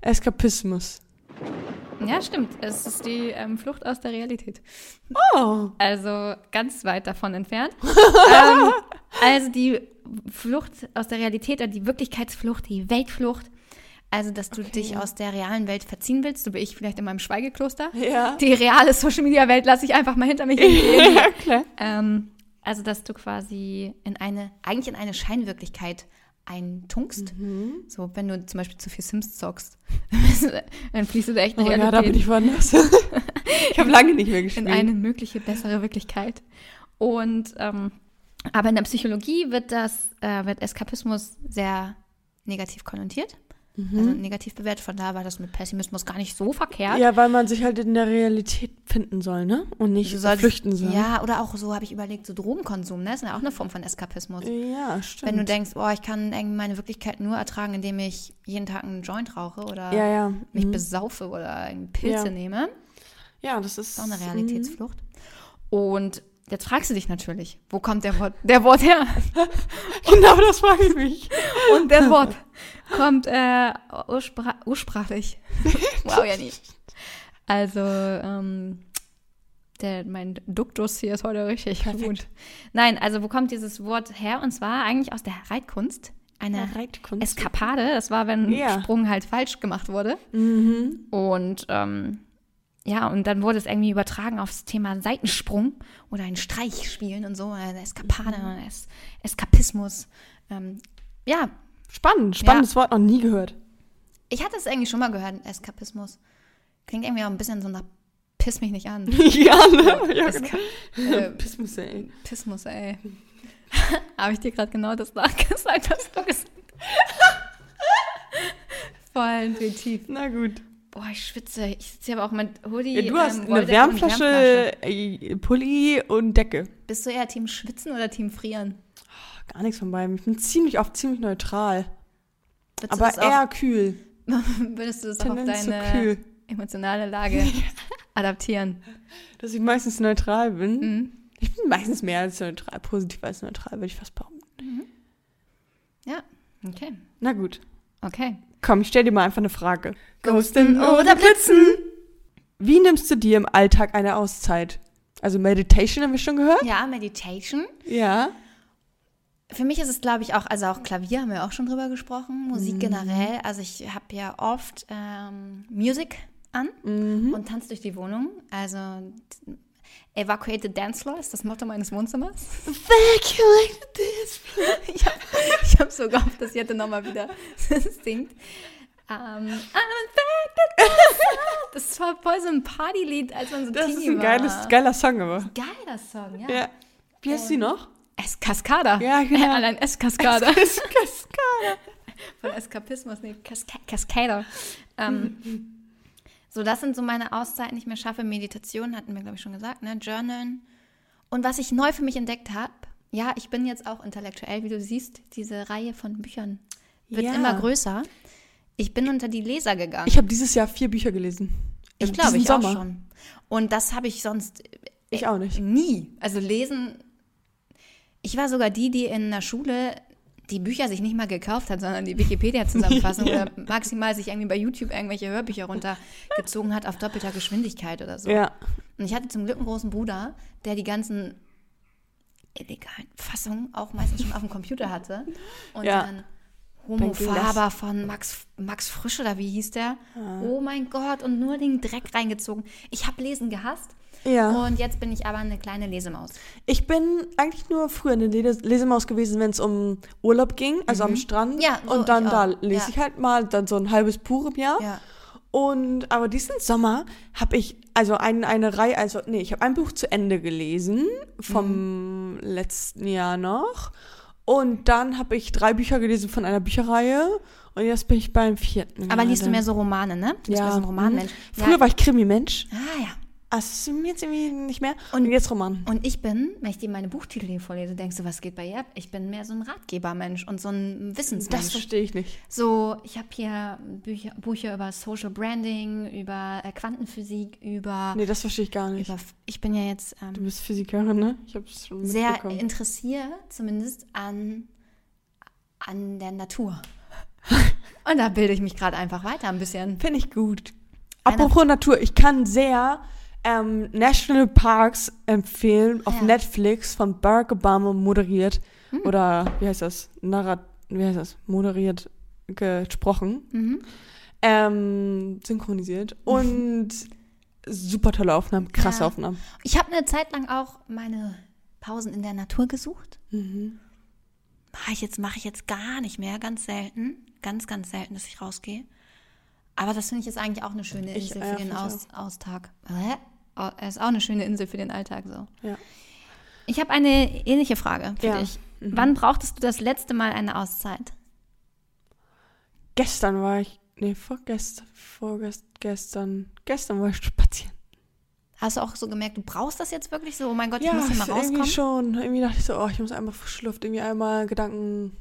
Speaker 1: Eskapismus.
Speaker 2: Ja, stimmt. Es ist die ähm, Flucht aus der Realität.
Speaker 1: Oh.
Speaker 2: Also ganz weit davon entfernt. ähm, also die Flucht aus der Realität oder die Wirklichkeitsflucht, die Weltflucht. Also, dass du dich aus der realen Welt verziehen willst, so wie ich vielleicht in meinem Schweigekloster.
Speaker 1: Ja.
Speaker 2: Die reale Social-Media-Welt lasse ich einfach mal hinter mich gehen.
Speaker 1: ja, klar.
Speaker 2: ähm, also, dass du quasi in eine, eigentlich in eine Scheinwirklichkeit eintunkst.
Speaker 1: Mhm.
Speaker 2: So, wenn du zum Beispiel zu viel Sims zockst, dann fließt du da echt in
Speaker 1: Oh ja, da bin
Speaker 2: Realität.
Speaker 1: ich woanders. ich habe lange nicht mehr gespielt.
Speaker 2: in eine mögliche bessere Wirklichkeit. Und ähm, aber in der Psychologie wird das äh, wird Eskapismus sehr negativ konnotiert,
Speaker 1: Mhm.
Speaker 2: also negativ bewertet. Von daher war das mit Pessimismus gar nicht so verkehrt.
Speaker 1: Ja, weil man sich halt in der Realität finden soll, ne? Und nicht
Speaker 2: Du solltest-
Speaker 1: flüchten soll.
Speaker 2: Ja, oder auch so habe ich überlegt, so Drogenkonsum, ne, ist ja auch eine Form von Eskapismus.
Speaker 1: Ja, stimmt.
Speaker 2: Wenn du denkst, oh, ich kann irgendwie meine Wirklichkeit nur ertragen, indem ich jeden Tag einen Joint rauche oder
Speaker 1: ja, ja.
Speaker 2: mich
Speaker 1: Mhm.
Speaker 2: besaufe oder irgendwie Pilze
Speaker 1: Ja.
Speaker 2: nehme,
Speaker 1: Ja, das ist.
Speaker 2: Ist auch eine Realitätsflucht. Und jetzt fragst du dich natürlich, wo kommt der Wort, der Wort her?
Speaker 1: Genau, das frage ich mich.
Speaker 2: Und das Wort kommt äh, urspra ursprachlich. wow, Janni. Also, ähm, der, mein Duktus hier ist heute richtig gut. Nein, also wo kommt dieses Wort her? Und zwar eigentlich aus der Reitkunst, einer
Speaker 1: Reitkunst.
Speaker 2: Eskapade. Das war, wenn
Speaker 1: Ja.
Speaker 2: ein Sprung halt falsch gemacht wurde.
Speaker 1: Mhm.
Speaker 2: Und ähm, ja, und dann wurde es irgendwie übertragen aufs Thema Seitensprung oder ein Streich spielen und so, äh, Eskapade,
Speaker 1: Mhm.
Speaker 2: es Eskapismus. Ähm, ja,
Speaker 1: Spannend, spannendes Wort noch nie gehört.
Speaker 2: ich hatte es eigentlich schon mal gehört, Eskapismus. Klingt irgendwie auch ein bisschen so nach Piss mich nicht an.
Speaker 1: ja, ne? Ja, genau.
Speaker 2: Eskapismus,
Speaker 1: Pismus, ey.
Speaker 2: ey. Habe ich dir gerade genau das nachgesagt, was du gesagt hast? Voll intuitiv.
Speaker 1: Na gut.
Speaker 2: Boah, ich schwitze. Ich sitze hier aber auch mit Hoodie.
Speaker 1: Ja, du hast
Speaker 2: ähm,
Speaker 1: eine
Speaker 2: Wolldecke und Wärmflasche.
Speaker 1: Wärmflasche, äh, Pulli und Decke.
Speaker 2: Bist du eher Team Schwitzen oder Team Frieren?
Speaker 1: Gar nichts von beidem. Ich bin ziemlich oft ziemlich neutral.
Speaker 2: Würdest
Speaker 1: aber
Speaker 2: du das
Speaker 1: eher kühl.
Speaker 2: auch, würdest du das auch auf
Speaker 1: Tendenz zu
Speaker 2: deine
Speaker 1: kühl.
Speaker 2: emotionale Lage adaptieren?
Speaker 1: Dass ich meistens neutral bin.
Speaker 2: Mhm.
Speaker 1: Ich bin meistens mehr als neutral, positiv als neutral, würde ich fast behaupten.
Speaker 2: Ja, okay.
Speaker 1: Na gut.
Speaker 2: Okay.
Speaker 1: Komm, ich stell dir mal einfach eine Frage.
Speaker 2: Ghosten oder
Speaker 1: Blitzen? Wie nimmst du dir im Alltag eine Auszeit? Also Meditation haben wir schon gehört?
Speaker 2: Ja, Meditation.
Speaker 1: Ja.
Speaker 2: Für mich ist es, glaube ich, auch, also auch Klavier haben wir auch schon drüber gesprochen, Musik
Speaker 1: Mhm.
Speaker 2: generell. Also ich habe ja oft ähm, Music an
Speaker 1: Mhm.
Speaker 2: und tanze durch die Wohnung. Also t- Evacuate the Dance Floor ist das Motto meines Wohnzimmers. ich habe ich hab so gehofft, dass Jette nochmal wieder singt. Ähm, I'm back at- das war voll so ein Partylied, als man so
Speaker 1: Das ist
Speaker 2: Teenie
Speaker 1: ein
Speaker 2: war.
Speaker 1: geiles, geiler Song, aber.
Speaker 2: Geiler Song, ja.
Speaker 1: Ja. Wie heißt die noch?
Speaker 2: Es Cascada.
Speaker 1: Ja, genau.
Speaker 2: Äh, Allein Es Cascada.
Speaker 1: Kaskade.
Speaker 2: Von Eskapismus, nee, Kaska Kaskader.
Speaker 1: Mhm,
Speaker 2: Ähm, so, das sind so meine Auszeiten, die ich mir schaffe. Meditation hatten wir, glaube ich, schon gesagt, ne? Journalen. Und was ich neu für mich entdeckt habe, ja, ich bin jetzt auch intellektuell, wie du siehst, diese Reihe von Büchern wird
Speaker 1: Ja.
Speaker 2: immer größer. Ich bin unter die Leser gegangen.
Speaker 1: Ich habe dieses Jahr vier Bücher gelesen.
Speaker 2: Ich
Speaker 1: Äh,
Speaker 2: glaube,
Speaker 1: diesen
Speaker 2: ich auch
Speaker 1: Sommer.
Speaker 2: schon. Und das habe ich sonst äh,
Speaker 1: Ich auch nicht.
Speaker 2: nie. Also lesen. Ich war sogar die, die in der Schule die Bücher sich nicht mal gekauft hat, sondern die Wikipedia-Zusammenfassung oder maximal sich irgendwie bei YouTube irgendwelche Hörbücher runtergezogen hat auf doppelter Geschwindigkeit oder so.
Speaker 1: Ja.
Speaker 2: Und ich hatte zum Glück einen großen Bruder, der die ganzen illegalen Fassungen auch meistens schon auf dem Computer hatte. Und
Speaker 1: Ja.
Speaker 2: dann Homo
Speaker 1: Dann ging das.
Speaker 2: Faber von Max, Max Frisch oder wie hieß der?
Speaker 1: Ah.
Speaker 2: Oh mein Gott, und nur den Dreck reingezogen. Ich habe Lesen gehasst.
Speaker 1: Ja.
Speaker 2: Und jetzt bin ich aber eine kleine Lesemaus.
Speaker 1: Ich bin eigentlich nur früher eine Lese- Lesemaus gewesen, wenn es um Urlaub ging, also am Strand.
Speaker 2: Mhm. Ja, so
Speaker 1: und dann
Speaker 2: ich auch.
Speaker 1: da lese
Speaker 2: Ja.
Speaker 1: ich halt mal dann so ein halbes Buch im Jahr.
Speaker 2: Ja.
Speaker 1: Und aber diesen Sommer habe ich also ein, eine Reihe, also nee, ich habe ein Buch zu Ende gelesen vom letzten Jahr noch. Und dann habe ich drei Bücher gelesen von einer Bücherreihe. Und jetzt bin ich beim vierten.
Speaker 2: Aber liest du
Speaker 1: gerade.
Speaker 2: mehr so Romane, ne? Du bist mehr
Speaker 1: Ja.
Speaker 2: so ein Romanmensch.
Speaker 1: Mhm. Früher war ich Krimi-Mensch.
Speaker 2: Ah ja.
Speaker 1: Also jetzt irgendwie nicht mehr.
Speaker 2: Und-
Speaker 1: Und, jetzt Roman.
Speaker 2: Und ich bin, wenn ich dir meine Buchtitel hier vorlese, denkst du, was geht bei ihr ab? Ich bin mehr so ein Ratgebermensch und so ein
Speaker 1: Das
Speaker 2: Wissensmensch.
Speaker 1: verstehe ich nicht.
Speaker 2: So, ich habe hier hm, Bücher, Bücher über Social Branding, über äh, Quantenphysik, über,
Speaker 1: Nee, das verstehe ich gar nicht.
Speaker 2: über. Ich bin ja jetzt
Speaker 1: Du
Speaker 2: ähm,
Speaker 1: bist Physikerin, ne? Ich hab's schon
Speaker 2: sehr
Speaker 1: mitbekommen.
Speaker 2: interessiert, zumindest an, an der Natur. Und da bilde ich mich gerade einfach weiter ein bisschen.
Speaker 1: Finde ich gut.
Speaker 2: Einer-
Speaker 1: Apropos Natur, ich kann sehr ähm, National Parks empfehlen auf
Speaker 2: Ja. Hm.
Speaker 1: Netflix von Barack Obama moderiert. Oder wie heißt das? Narrat, wie heißt das? Moderiert gesprochen.
Speaker 2: Mhm.
Speaker 1: Ähm, synchronisiert. Und super tolle Aufnahmen, krasse
Speaker 2: Ja.
Speaker 1: Aufnahmen.
Speaker 2: Ich habe eine Zeit lang auch meine Pausen in der Natur gesucht.
Speaker 1: Mhm.
Speaker 2: Mache ich Ah, jetzt, mache ich jetzt gar nicht mehr, ganz selten, ganz, ganz selten, dass ich rausgehe. Aber das finde ich jetzt eigentlich auch eine schöne
Speaker 1: Ich-
Speaker 2: Insel
Speaker 1: ja,
Speaker 2: für den
Speaker 1: finde ich
Speaker 2: Aus, Austag. Hä? Au- Ist auch eine schöne Insel für den Alltag so.
Speaker 1: Ja.
Speaker 2: Ich habe eine ähnliche Frage für
Speaker 1: Ja. Mhm.
Speaker 2: dich. Wann brauchtest du das letzte Mal eine Auszeit?
Speaker 1: Gestern war ich, nee, vorgestern, vorgestern, gestern, gestern war ich spazieren.
Speaker 2: Hast du auch so gemerkt, du brauchst das jetzt wirklich so? Oh mein Gott, ich
Speaker 1: ja,
Speaker 2: muss hier mal rauskommen.
Speaker 1: irgendwie schon. Irgendwie dachte ich so, oh, ich muss einmal frische Luft, irgendwie einmal Gedanken,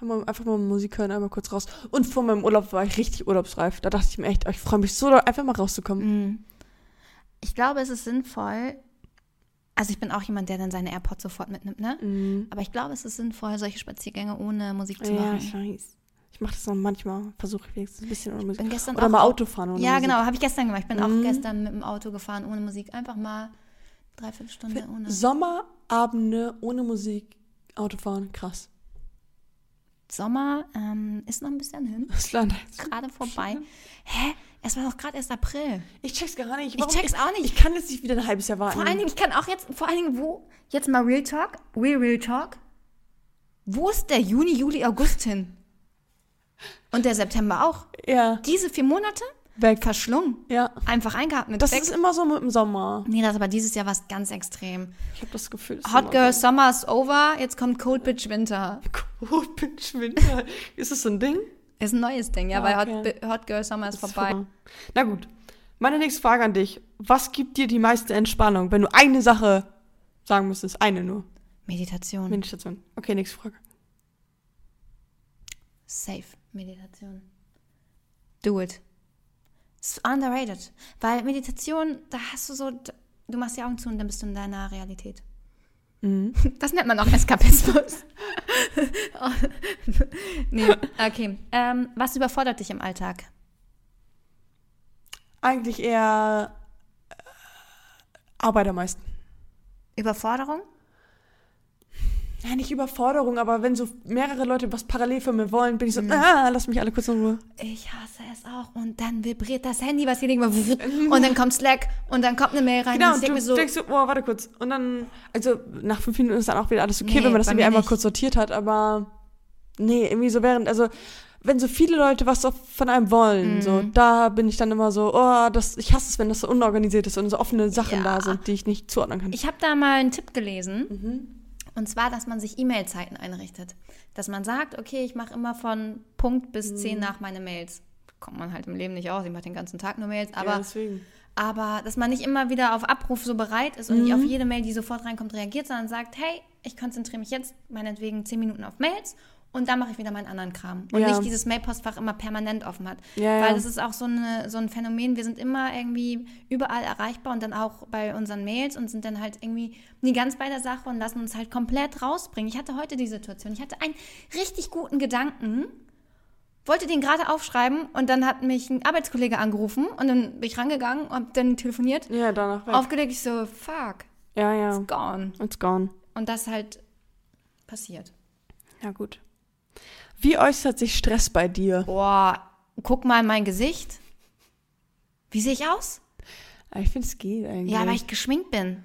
Speaker 1: einmal, einfach mal Musik hören, einmal kurz raus. Und vor meinem Urlaub war ich richtig urlaubsreif. Da dachte ich mir echt, oh, ich freue mich so, doll, einfach mal rauszukommen.
Speaker 2: Mm. Ich glaube, es ist sinnvoll. Also ich bin auch jemand, der dann seine AirPods sofort mitnimmt, ne?
Speaker 1: Mhm.
Speaker 2: Aber ich glaube, es ist sinnvoll, solche Spaziergänge ohne Musik zu
Speaker 1: Ja,
Speaker 2: machen.
Speaker 1: ich weiß. Ich mache das noch manchmal, versuche ich wenigstens ein bisschen ohne Musik.
Speaker 2: bin gestern
Speaker 1: Oder
Speaker 2: auch
Speaker 1: mal
Speaker 2: au-
Speaker 1: Autofahren ohne
Speaker 2: ja,
Speaker 1: Musik.
Speaker 2: genau, habe ich gestern gemacht. Ich bin auch
Speaker 1: Mhm.
Speaker 2: gestern mit dem Auto gefahren ohne Musik. Einfach mal dreiviertel Stunde ohne.
Speaker 1: Sommerabende ohne Musik, Autofahren, krass.
Speaker 2: Sommer ähm, ist noch ein bisschen hin.
Speaker 1: Das Land.
Speaker 2: Gerade vorbei. Hä? Es war doch gerade erst April.
Speaker 1: Ich check's gar nicht.
Speaker 2: Ich check's auch nicht.
Speaker 1: Ich kann jetzt nicht wieder ein halbes Jahr warten.
Speaker 2: Vor allen Dingen, ich kann auch jetzt, vor allen Dingen, wo, jetzt mal Real Talk, Real Real Talk. Wo ist der Juni, Juli, August hin? Und der September auch.
Speaker 1: Ja.
Speaker 2: Diese vier Monate
Speaker 1: Weg.
Speaker 2: verschlungen.
Speaker 1: Ja.
Speaker 2: Einfach eingeatmet.
Speaker 1: Das
Speaker 2: weg.
Speaker 1: ist immer so mit dem Sommer.
Speaker 2: nee, das aber dieses Jahr war es ganz extrem.
Speaker 1: Ich habe das Gefühl, es ist
Speaker 2: Hot
Speaker 1: immer
Speaker 2: Girl
Speaker 1: so.
Speaker 2: Summer is over, jetzt kommt Cold Bitch Winter.
Speaker 1: Cold Bitch Winter. Ist das so ein Ding?
Speaker 2: Ist ein neues Ding, ja,
Speaker 1: Ah,
Speaker 2: weil Hot,
Speaker 1: okay.
Speaker 2: Bi- Hot Girl Summer ist,
Speaker 1: Ist
Speaker 2: vorbei.
Speaker 1: Na gut. Meine nächste Frage an dich. Was gibt dir die meiste Entspannung, wenn du eine Sache sagen müsstest? Eine nur.
Speaker 2: Meditation.
Speaker 1: Meditation. Okay, nächste Frage.
Speaker 2: Safe. Meditation. Do it. Ist underrated. Weil Meditation, da hast du so, du machst die Augen zu und dann bist du in deiner Realität.
Speaker 1: Mhm.
Speaker 2: Das nennt man auch Eskapismus. Oh, nee, okay. Ähm, was überfordert dich im Alltag?
Speaker 1: Eigentlich eher äh, Arbeit am meisten.
Speaker 2: Überforderung?
Speaker 1: Ja, nicht Überforderung, aber wenn so mehrere Leute was parallel von mir wollen, bin ich so, ah, lass mich alle kurz in Ruhe.
Speaker 2: Ich hasse es auch. Und dann vibriert das Handy, was hier liegt. Und dann kommt Slack und dann kommt eine Mail rein.
Speaker 1: Genau,
Speaker 2: und ich
Speaker 1: und
Speaker 2: denk
Speaker 1: du
Speaker 2: mir so,
Speaker 1: denkst so, oh, warte kurz. Und dann, also nach fünf Minuten ist dann auch wieder alles okay,
Speaker 2: Nee,
Speaker 1: wenn man das
Speaker 2: bei
Speaker 1: irgendwie
Speaker 2: mir
Speaker 1: einmal
Speaker 2: nicht.
Speaker 1: kurz sortiert hat, aber nee, irgendwie so während, also wenn so viele Leute was so von einem wollen, so,
Speaker 2: Mhm.
Speaker 1: da bin ich dann immer so, oh, das, ich hasse es, wenn das so unorganisiert ist und so offene Sachen
Speaker 2: Ja.
Speaker 1: da sind, die ich nicht zuordnen kann.
Speaker 2: Ich habe da mal einen Tipp gelesen.
Speaker 1: Mhm.
Speaker 2: Und zwar, dass man sich E-Mail-Zeiten einrichtet. Dass man sagt, okay, ich mache immer von Punkt bis
Speaker 1: Mhm.
Speaker 2: 10 nach meine Mails. Kommt man halt im Leben nicht aus. Ich mache den ganzen Tag nur Mails. Aber,
Speaker 1: ja, deswegen.
Speaker 2: aber dass man nicht immer wieder auf Abruf so bereit ist und nicht
Speaker 1: Mhm.
Speaker 2: auf jede Mail, die sofort reinkommt, reagiert, sondern sagt, hey, ich konzentriere mich jetzt meinetwegen 10 Minuten auf Mails und dann mache ich wieder meinen anderen Kram. Und
Speaker 1: Ja.
Speaker 2: nicht dieses Mailpostfach immer permanent offen hat.
Speaker 1: Ja,
Speaker 2: Weil
Speaker 1: ja.
Speaker 2: das ist auch so, eine, so ein Phänomen. Wir sind immer irgendwie überall erreichbar und dann auch bei unseren Mails und sind dann halt irgendwie nie ganz bei der Sache und lassen uns halt komplett rausbringen. Ich hatte heute die Situation. Ich hatte einen richtig guten Gedanken, wollte den gerade aufschreiben und dann hat mich ein Arbeitskollege angerufen und dann bin ich rangegangen, hab dann telefoniert,
Speaker 1: Ja, danach weg.
Speaker 2: aufgelegt. Ich so, fuck,
Speaker 1: ja, ja.
Speaker 2: it's gone.
Speaker 1: It's gone.
Speaker 2: Und das halt passiert.
Speaker 1: Ja, gut. Wie äußert sich Stress bei dir?
Speaker 2: Oh. Boah, guck mal in mein Gesicht. Wie sehe ich aus?
Speaker 1: Ah, Ich finde, es geht eigentlich.
Speaker 2: Ja, weil ich geschminkt bin.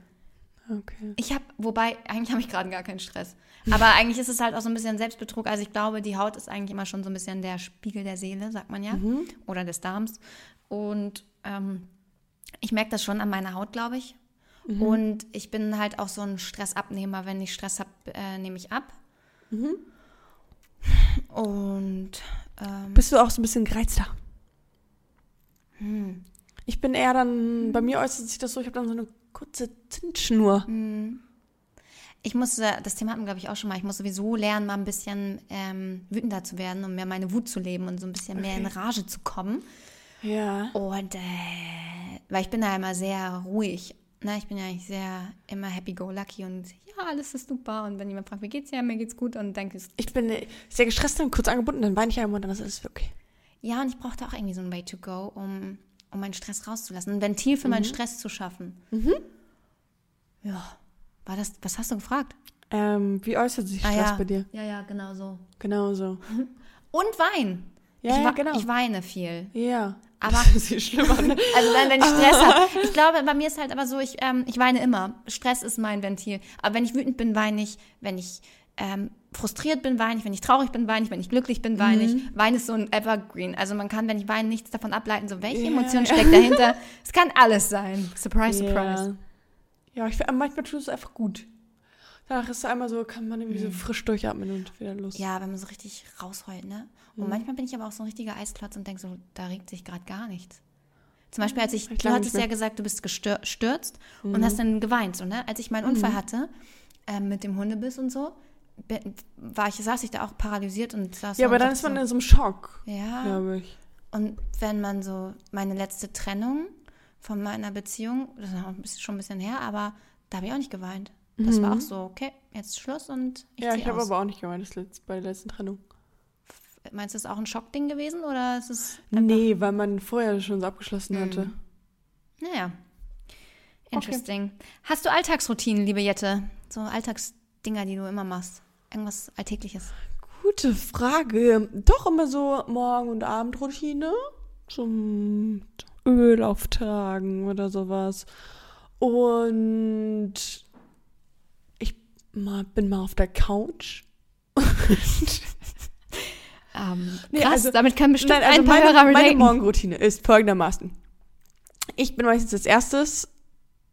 Speaker 1: Okay.
Speaker 2: Ich habe, wobei, eigentlich habe ich gerade gar keinen Stress. Aber eigentlich ist es halt auch so ein bisschen Selbstbetrug. Also ich glaube, die Haut ist eigentlich immer schon so ein bisschen der Spiegel der Seele, sagt man ja. Oder des Darms. Und ähm, ich merke das schon an meiner Haut, glaube ich. Und ich bin halt auch so ein Stressabnehmer. Wenn ich Stress habe, äh, nehme ich ab. Und ähm,
Speaker 1: Bist du auch so ein bisschen gereizter? Hm. Ich bin eher dann, bei mir äußert sich das so, ich habe dann so eine kurze Zündschnur.
Speaker 2: ich muss, äh, das Thema hatten wir, glaube ich, auch schon mal, ich muss sowieso lernen, mal ein bisschen ähm, wütender zu werden, um mehr meine Wut zu leben und so ein bisschen mehr in Rage zu kommen.
Speaker 1: Ja.
Speaker 2: Und äh, weil ich bin da immer sehr ruhig. Ne? Ich bin ja eigentlich sehr immer happy-go-lucky und ja, alles ist super. Und wenn jemand fragt, wie geht's dir? Mir geht's gut. Und dann ist
Speaker 1: Ich bin äh, sehr gestresst und kurz angebunden, dann weine ich einmal und dann ist alles okay.
Speaker 2: ja, und ich brauchte auch irgendwie so ein Way to go, um, um meinen Stress rauszulassen. Ein Ventil für
Speaker 1: Mhm.
Speaker 2: meinen Stress zu schaffen. Ja. War das, was hast du gefragt?
Speaker 1: Ähm, wie äußert sich
Speaker 2: Ah,
Speaker 1: Stress
Speaker 2: ja.
Speaker 1: bei dir?
Speaker 2: Ja, ja, genau so.
Speaker 1: Genau so.
Speaker 2: Und Wein.
Speaker 1: Ja,
Speaker 2: ich,
Speaker 1: ja,
Speaker 2: wa-
Speaker 1: genau.
Speaker 2: ich weine viel.
Speaker 1: Ja.
Speaker 2: Aber-
Speaker 1: das ist viel schlimmer. Ne?
Speaker 2: Also dann, wenn ich Stress habe. Ich glaube, bei mir ist halt aber so, ich, ähm, ich weine immer. Stress ist mein Ventil. Aber wenn ich wütend bin, weine ich. Wenn ich ähm, frustriert bin, weine ich. Wenn ich traurig bin, weine ich. Wenn ich glücklich bin, weine
Speaker 1: Mhm.
Speaker 2: ich. Wein ist so ein Evergreen. Also man kann, wenn ich weine, nichts davon ableiten, so welche
Speaker 1: Ja,
Speaker 2: Emotion
Speaker 1: ja.
Speaker 2: steckt dahinter. Es kann alles sein. Surprise, surprise.
Speaker 1: Ja, ja ich, find- manchmal tut es einfach gut. Danach ist es einmal so, kann man irgendwie so frisch durchatmen und wieder los.
Speaker 2: Ja, wenn man so richtig rausheult, ne?
Speaker 1: Mhm.
Speaker 2: Und manchmal bin ich aber auch so ein richtiger Eisklotz und denke so, da regt sich gerade gar nichts. Zum Beispiel, als ich,
Speaker 1: Hab ich
Speaker 2: du
Speaker 1: lange
Speaker 2: hattest
Speaker 1: nicht Mhm.
Speaker 2: ja gesagt, du bist gestür- gestürzt und hast dann geweint, so, ne? Als ich meinen Unfall hatte, ähm, mit dem Hundebiss und so, bin- war ich, saß ich da auch paralysiert und saß
Speaker 1: Ja,
Speaker 2: da
Speaker 1: aber
Speaker 2: und
Speaker 1: dann
Speaker 2: dachte
Speaker 1: ist man
Speaker 2: so,
Speaker 1: in so einem Schock,
Speaker 2: ja.
Speaker 1: glaube ich.
Speaker 2: Und wenn man so meine letzte Trennung von meiner Beziehung, das ist auch ein bisschen- schon ein bisschen her, aber da habe ich auch nicht geweint. Das war auch so, okay, jetzt ist Schluss und ich
Speaker 1: Mhm. ja,
Speaker 2: zieh
Speaker 1: ich habe
Speaker 2: aus.
Speaker 1: aber auch nicht gemeint, das letzt, bei der letzten Trennung.
Speaker 2: Meinst du, es ist auch ein Schockding gewesen oder ist es
Speaker 1: Nee, weil man vorher schon so
Speaker 2: Mhm.
Speaker 1: abgeschlossen hatte.
Speaker 2: Naja. Interesting. Hast du Alltagsroutinen, liebe Jette? So Alltagsdinger, die du immer machst? Irgendwas Alltägliches?
Speaker 1: Gute Frage. Doch immer so Morgen- und Abendroutine zum Öl auftragen oder sowas. Und ich mal, bin mal auf der Couch.
Speaker 2: Ähm,
Speaker 1: Nee,
Speaker 2: krass,
Speaker 1: also-
Speaker 2: damit kann bestimmt
Speaker 1: Nein, also
Speaker 2: ein paar
Speaker 1: meine,
Speaker 2: Hörer
Speaker 1: meine
Speaker 2: relaten.
Speaker 1: Morgenroutine ist folgendermaßen. Ich bin meistens als erstes.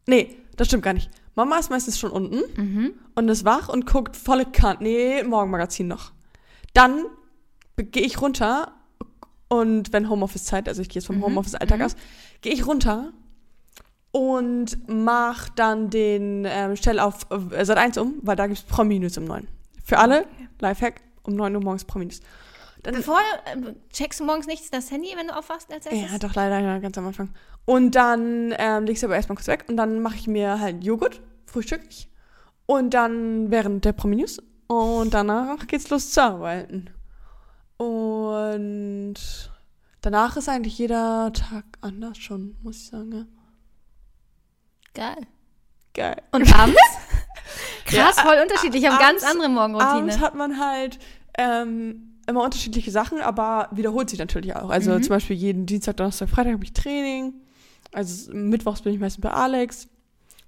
Speaker 1: Nee, das stimmt gar nicht. Mama ist meistens schon unten
Speaker 2: Mhm.
Speaker 1: und ist wach und guckt volle Kant. Nee, Morgenmagazin noch. Dann be- gehe ich runter und wenn Homeoffice-Zeit, also ich gehe jetzt vom Homeoffice-Alltag aus, gehe ich runter und mach dann den, ähm, stell auf äh, Sat 1 um, weil da gibt's Promi-News um 9. Für alle, Lifehack, um 9 Uhr morgens Promi-News.
Speaker 2: Bevor du, äh, checkst du morgens nichts das Handy, wenn du aufwachst als erstes?
Speaker 1: Ja, doch leider ja, ganz am Anfang. Und dann ähm, leg ich es aber erstmal kurz weg und dann mache ich mir halt Joghurt, frühstück ich. Und dann während der Prominus. Und danach geht's los zu arbeiten. Und danach ist eigentlich jeder Tag anders schon, muss ich sagen. Ja.
Speaker 2: Geil.
Speaker 1: Geil.
Speaker 2: Und abends? Krass,
Speaker 1: Ja,
Speaker 2: voll unterschiedlich. Ich habe
Speaker 1: abends-
Speaker 2: ganz andere
Speaker 1: Abends
Speaker 2: Morgenroutine.
Speaker 1: hat man halt ähm, immer unterschiedliche Sachen, aber wiederholt sich natürlich auch. Also zum Beispiel jeden Dienstag, Donnerstag, Freitag habe ich Training. Also mittwochs bin ich meistens bei Alex.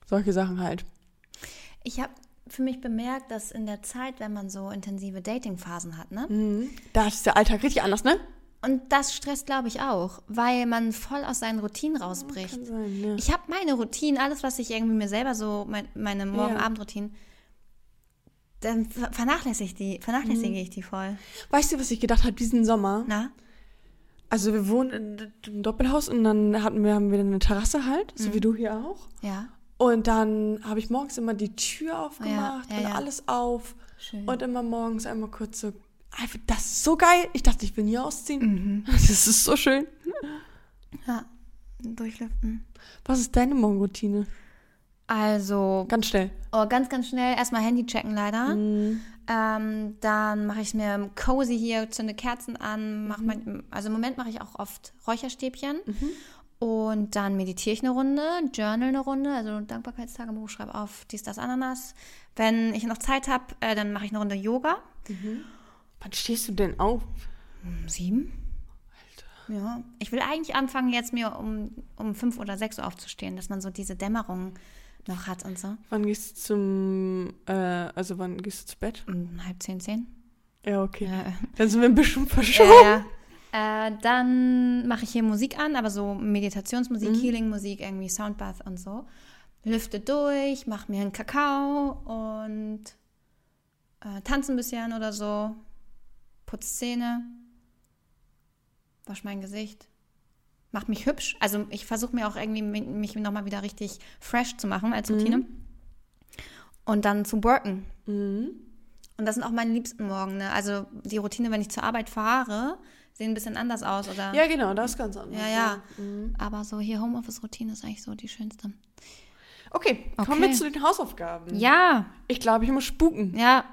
Speaker 1: Solche Sachen halt.
Speaker 2: Ich habe für mich bemerkt, dass in der Zeit, wenn man so intensive Datingphasen hat, ne?
Speaker 1: Da ist der Alltag richtig anders, ne?
Speaker 2: Und das stresst, glaube ich, auch, weil man voll aus seinen Routinen rausbricht.
Speaker 1: sein, ja.
Speaker 2: Ich habe meine Routinen, alles, was ich irgendwie mir selber so, mein, meine Morgen-Abend-Routinen, dann ver- vernachlässige ich die,
Speaker 1: Mhm.
Speaker 2: vernachlässige ich die voll.
Speaker 1: Weißt du, was ich gedacht habe diesen Sommer?
Speaker 2: Na?
Speaker 1: Also wir wohnen in einem Doppelhaus und dann hatten wir, haben wir dann eine Terrasse halt, so wie du hier auch.
Speaker 2: Ja.
Speaker 1: Und dann habe ich morgens immer die Tür aufgemacht
Speaker 2: ja,
Speaker 1: und
Speaker 2: ja.
Speaker 1: alles auf.
Speaker 2: Schön.
Speaker 1: Und immer morgens einmal kurz so, einfach, das ist so geil. Ich dachte, ich will nie ausziehen. Das ist so schön.
Speaker 2: Ja. Durchlüften.
Speaker 1: Was ist deine Morgenroutine?
Speaker 2: Also,
Speaker 1: Ganz schnell.
Speaker 2: oh, ganz, ganz schnell erstmal Handy checken leider. Ähm, dann mache ich es mir cozy hier, zünde Kerzen an. Mach mein, also im Moment mache ich auch oft Räucherstäbchen. Und dann meditiere ich eine Runde, journal eine Runde, also Dankbarkeitstagebuch, schreibe auf dies, das, Ananas. Wenn ich noch Zeit habe, äh, dann mache ich eine Runde Yoga.
Speaker 1: Wann stehst du denn auf?
Speaker 2: Um sieben? Ja. Ich will eigentlich anfangen, jetzt mir um, um fünf oder sechs Uhr aufzustehen, dass man so diese Dämmerung noch hat und so.
Speaker 1: Wann gehst du zum, äh, also wann gehst du zu Bett?
Speaker 2: Um halb zehn, zehn.
Speaker 1: Ja, okay.
Speaker 2: Ja.
Speaker 1: Dann sind wir ein bisschen verschoben.
Speaker 2: Ja, ja. Äh, dann mache ich hier Musik an, aber so Meditationsmusik, Healing-Musik, irgendwie Soundbath und so. Lüfte durch, mache mir einen Kakao und äh, tanze ein bisschen oder so. Putz Zähne, wasch mein Gesicht, mach mich hübsch. Also ich versuche mir auch irgendwie mi- mich nochmal wieder richtig fresh zu machen als Routine. Und dann zu worken,
Speaker 1: Mhm.
Speaker 2: und das sind auch meine liebsten Morgen. Ne? Also die Routine, wenn ich zur Arbeit fahre, sehen ein bisschen anders aus, oder?
Speaker 1: Ja, genau, das ist ganz anders. Mhm.
Speaker 2: ja. ja. Aber so hier Homeoffice-Routine ist eigentlich so die schönste.
Speaker 1: Okay, kommen
Speaker 2: Okay.
Speaker 1: wir zu den Hausaufgaben.
Speaker 2: Ja,
Speaker 1: Ich glaube, ich muss spuken.
Speaker 2: ja.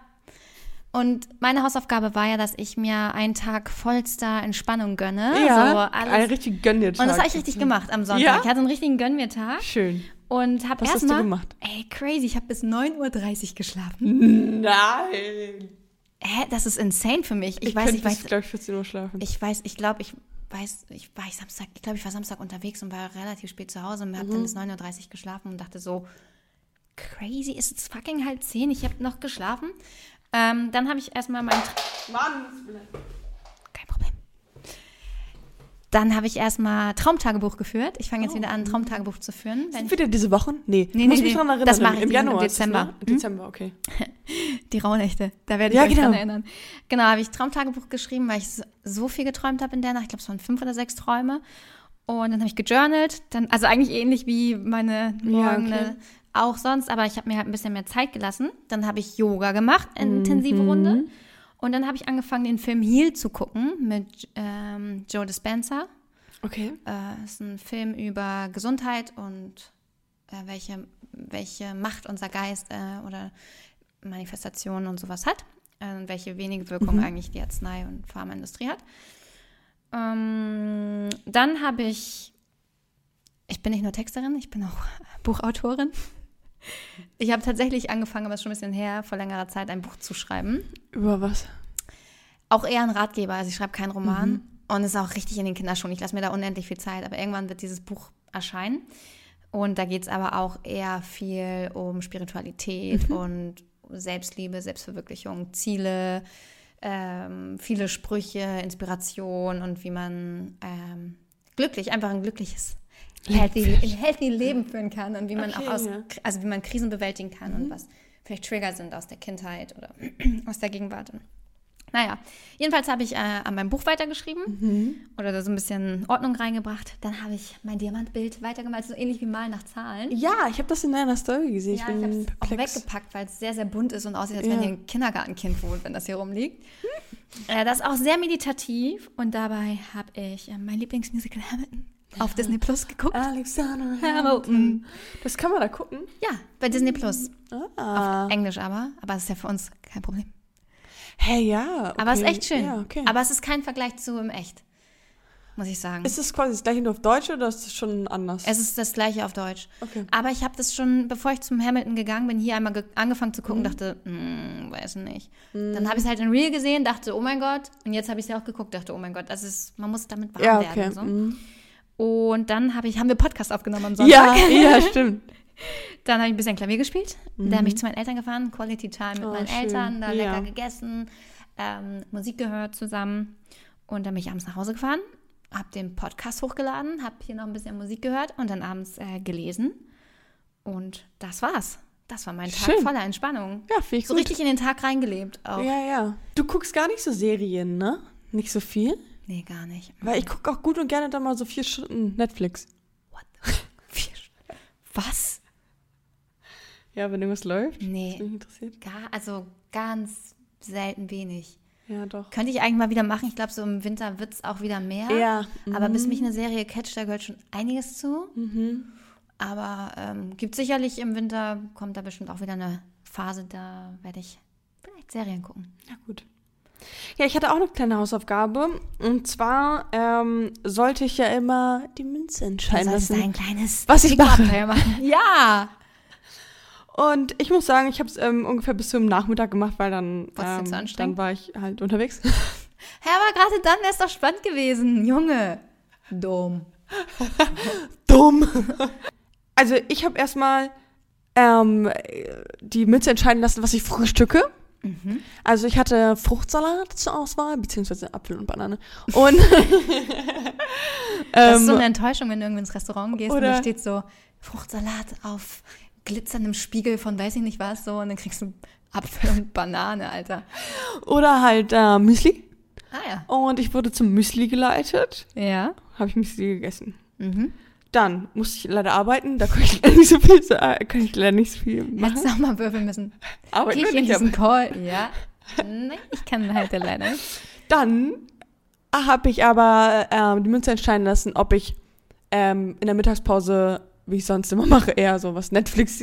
Speaker 2: Und meine Hausaufgabe war ja, dass ich mir einen Tag vollster Entspannung gönne. so
Speaker 1: ein
Speaker 2: alles.
Speaker 1: richtig gönn dir Tag.
Speaker 2: Und das habe ich richtig gemacht am Sonntag.
Speaker 1: Ja?
Speaker 2: Ich hatte einen richtigen Gönn mir Tag
Speaker 1: Schön.
Speaker 2: und habe
Speaker 1: Was hast du
Speaker 2: erstmal
Speaker 1: gemacht? Mhm.
Speaker 2: Ey, crazy, ich habe bis 9:30 Uhr geschlafen.
Speaker 1: Nein.
Speaker 2: Hä, das ist insane für mich. Ich,
Speaker 1: Ich
Speaker 2: weiß,
Speaker 1: könnte
Speaker 2: ich weiß
Speaker 1: bis, glaube ich, 14 Uhr schlafen.
Speaker 2: Ich weiß, ich glaube, ich weiß, ich war ich Samstag, ich glaube, ich war Samstag unterwegs und war relativ spät zu Hause und habe dann bis 9.30 Uhr geschlafen und dachte so, crazy, ist es fucking halb zehn, ich habe noch geschlafen. Ähm, dann habe ich erstmal mein, Tra-
Speaker 1: Mann.
Speaker 2: kein Problem. Dann habe ich erstmal Traumtagebuch geführt. Ich fange jetzt wieder an, Traumtagebuch zu führen. Wenn
Speaker 1: Wieder diese Wochen? Nee.
Speaker 2: Nee,
Speaker 1: muss
Speaker 2: nee,
Speaker 1: mich
Speaker 2: nee.
Speaker 1: dran erinnern.
Speaker 2: Das mache ich
Speaker 1: Im
Speaker 2: diesen
Speaker 1: Januar. ist das,
Speaker 2: Dezember. Mhm.
Speaker 1: ne? Dezember, okay.
Speaker 2: Die Rauhnächte, da werde ich
Speaker 1: Ja,
Speaker 2: euch dran
Speaker 1: genau.
Speaker 2: erinnern. Genau, habe ich Traumtagebuch geschrieben, weil ich so- so viel geträumt habe in der Nacht. Ich glaube, es waren fünf oder sechs Träume. Und dann habe ich gejournalt. Dann, also eigentlich ähnlich wie meine Morgen
Speaker 1: okay.
Speaker 2: auch sonst, aber ich habe mir halt ein bisschen mehr Zeit gelassen. Dann habe ich Yoga gemacht,
Speaker 1: Mhm.
Speaker 2: eine intensive Runde. Und dann habe ich angefangen, den Film Heal zu gucken mit ähm, Joe Dispenza.
Speaker 1: Okay.
Speaker 2: Äh, ist ein Film über Gesundheit und äh, welche, welche Macht unser Geist äh, oder Manifestationen und sowas hat. Äh, und welche wenige Wirkung eigentlich die Arznei- und Pharmaindustrie hat. Ähm, dann habe ich, ich bin nicht nur Texterin, ich bin auch Buchautorin. Ich habe tatsächlich angefangen, aber es ist schon ein bisschen her, vor längerer Zeit ein Buch zu schreiben
Speaker 1: Über was?
Speaker 2: auch eher ein Ratgeber. Also ich schreibe keinen Roman
Speaker 1: Mhm.
Speaker 2: und ist auch richtig in den Kinderschuhen. Ich lasse mir da unendlich viel Zeit, aber irgendwann wird dieses Buch erscheinen. Und da geht es aber auch eher
Speaker 1: Mhm.
Speaker 2: viel um Spiritualität und Selbstliebe, Selbstverwirklichung, Ziele, ähm, viele Sprüche, Inspiration und wie man ähm, glücklich, einfach ein glückliches, healthy, healthy Leben führen kann und wie man
Speaker 1: Okay,
Speaker 2: auch aus,
Speaker 1: ja. Mhm.
Speaker 2: also wie man Krisen bewältigen kann und was vielleicht Trigger sind aus der Kindheit oder aus der Gegenwart. Und naja, jedenfalls habe ich äh, an meinem Buch weitergeschrieben
Speaker 1: Mhm.
Speaker 2: oder da so ein bisschen Ordnung reingebracht. Dann habe ich mein Diamantbild weitergemalt, so ähnlich wie Malen nach Zahlen.
Speaker 1: Ja, ich habe das in deiner Story gesehen.
Speaker 2: ja,
Speaker 1: ich
Speaker 2: ich habe
Speaker 1: bin
Speaker 2: es auch
Speaker 1: perplex.
Speaker 2: weggepackt, weil es sehr, sehr bunt ist und aussieht, als wenn
Speaker 1: Ja.
Speaker 2: hier ein Kindergartenkind wohnt, wenn das hier rumliegt. Äh, das ist auch sehr meditativ und dabei habe ich äh, mein Lieblingsmusical Hamilton auf Disney Plus
Speaker 1: Ah,
Speaker 2: geguckt.
Speaker 1: Alexander
Speaker 2: Hamilton.
Speaker 1: Das kann man da gucken.
Speaker 2: Ja, bei Disney Plus.
Speaker 1: Ah.
Speaker 2: Englisch aber, aber es ist ja für uns kein Problem.
Speaker 1: Hey, ja.
Speaker 2: Aber es ist
Speaker 1: okay.
Speaker 2: echt schön.
Speaker 1: Ja, okay.
Speaker 2: Aber es ist kein Vergleich zu im Echt, muss ich sagen.
Speaker 1: ist es quasi das gleiche nur auf Deutsch oder ist es schon anders?
Speaker 2: es ist das gleiche auf Deutsch.
Speaker 1: okay.
Speaker 2: Aber ich habe das schon, bevor ich zum Hamilton gegangen bin, hier einmal ge angefangen zu
Speaker 1: Mhm.
Speaker 2: gucken, dachte, hm, weiß nicht. Dann habe ich es halt in Real gesehen, dachte, oh mein Gott. Und jetzt habe ich es ja auch geguckt, dachte, oh mein Gott, das ist, man muss damit warm
Speaker 1: Ja, okay.
Speaker 2: werden. So.
Speaker 1: mhm.
Speaker 2: Und dann habe ich, haben wir Podcast aufgenommen am
Speaker 1: Ja,
Speaker 2: Sonntag.
Speaker 1: ja, stimmt.
Speaker 2: Dann habe ich ein bisschen Klavier gespielt. Dann bin ich zu meinen Eltern gefahren, Quality Time mit
Speaker 1: Mhm. Oh,
Speaker 2: meinen
Speaker 1: schön.
Speaker 2: Eltern, da
Speaker 1: Ja.
Speaker 2: lecker gegessen, ähm, Musik gehört zusammen. Und dann bin ich abends nach Hause gefahren, habe den Podcast hochgeladen, habe hier noch ein bisschen Musik gehört und dann abends äh, gelesen. Und das war's. Das war mein Tag
Speaker 1: Schön.
Speaker 2: voller Entspannung.
Speaker 1: Ja, finde ich
Speaker 2: So
Speaker 1: gut.
Speaker 2: richtig in den Tag reingelebt auch.
Speaker 1: Ja, ja. Du guckst gar nicht so Serien, ne? Nicht so viel?
Speaker 2: Nee, gar nicht.
Speaker 1: Weil ich gucke auch gut und gerne dann mal so vier Stunden Netflix.
Speaker 2: What the Vier Stunden. Was?
Speaker 1: Ja, wenn irgendwas läuft. Bin
Speaker 2: Nee,
Speaker 1: ich interessiert.
Speaker 2: gar, also ganz selten wenig.
Speaker 1: Ja, doch.
Speaker 2: Könnte ich eigentlich mal wieder machen. Ich glaube, so im Winter wird es auch wieder mehr.
Speaker 1: Ja.
Speaker 2: Aber bis
Speaker 1: Mhm.
Speaker 2: mich eine Serie catcht, da gehört schon einiges zu. Aber ähm, gibt sicherlich im Winter, kommt da bestimmt auch wieder eine Phase, da werde ich vielleicht Serien gucken.
Speaker 1: Ja, gut. Ja, ich hatte auch eine kleine Hausaufgabe. Und zwar ähm, sollte ich ja immer die Münze
Speaker 2: Du
Speaker 1: entscheiden
Speaker 2: sollst
Speaker 1: lassen.
Speaker 2: ein kleines
Speaker 1: Was ich mache.
Speaker 2: Pick-up-Abenteuer machen. Ja!
Speaker 1: Und ich muss sagen, ich habe es ähm, ungefähr bis zum Nachmittag gemacht, weil dann,
Speaker 2: Warst du zu
Speaker 1: ähm,
Speaker 2: anstrengend?
Speaker 1: dann war ich halt unterwegs.
Speaker 2: Hä, aber gerade dann wäre es doch spannend gewesen. Junge. Dumm.
Speaker 1: Dumm. Also ich habe erstmal ähm, die Mütze entscheiden lassen, was ich frühstücke. Also ich hatte Fruchtsalat zur Auswahl, beziehungsweise Apfel und Banane. Und
Speaker 2: Das ist so
Speaker 1: Ähm,
Speaker 2: eine Enttäuschung, wenn du irgendwie ins Restaurant gehst und
Speaker 1: oder-
Speaker 2: da steht so Fruchtsalat auf glitzerndem Spiegel von weiß ich nicht was so und dann kriegst du Apfel und Banane, Alter.
Speaker 1: oder halt äh, Müsli.
Speaker 2: Ah ja.
Speaker 1: Und ich wurde zum Müsli geleitet.
Speaker 2: Ja.
Speaker 1: Habe ich Müsli gegessen.
Speaker 2: Mhm.
Speaker 1: Dann musste ich leider arbeiten, da konnte ich leider nicht so viel, sa- äh, kann ich leider nicht so viel
Speaker 2: Hättest
Speaker 1: machen.
Speaker 2: du auch mal würfeln müssen.
Speaker 1: Aber
Speaker 2: Gehe ich in diesen Call? Ja. Nee, ich kann halt leider nicht.
Speaker 1: Dann habe ich aber ähm, die Münze entscheiden lassen, ob ich ähm, in der Mittagspause, wie ich sonst immer mache, eher so was Netflix,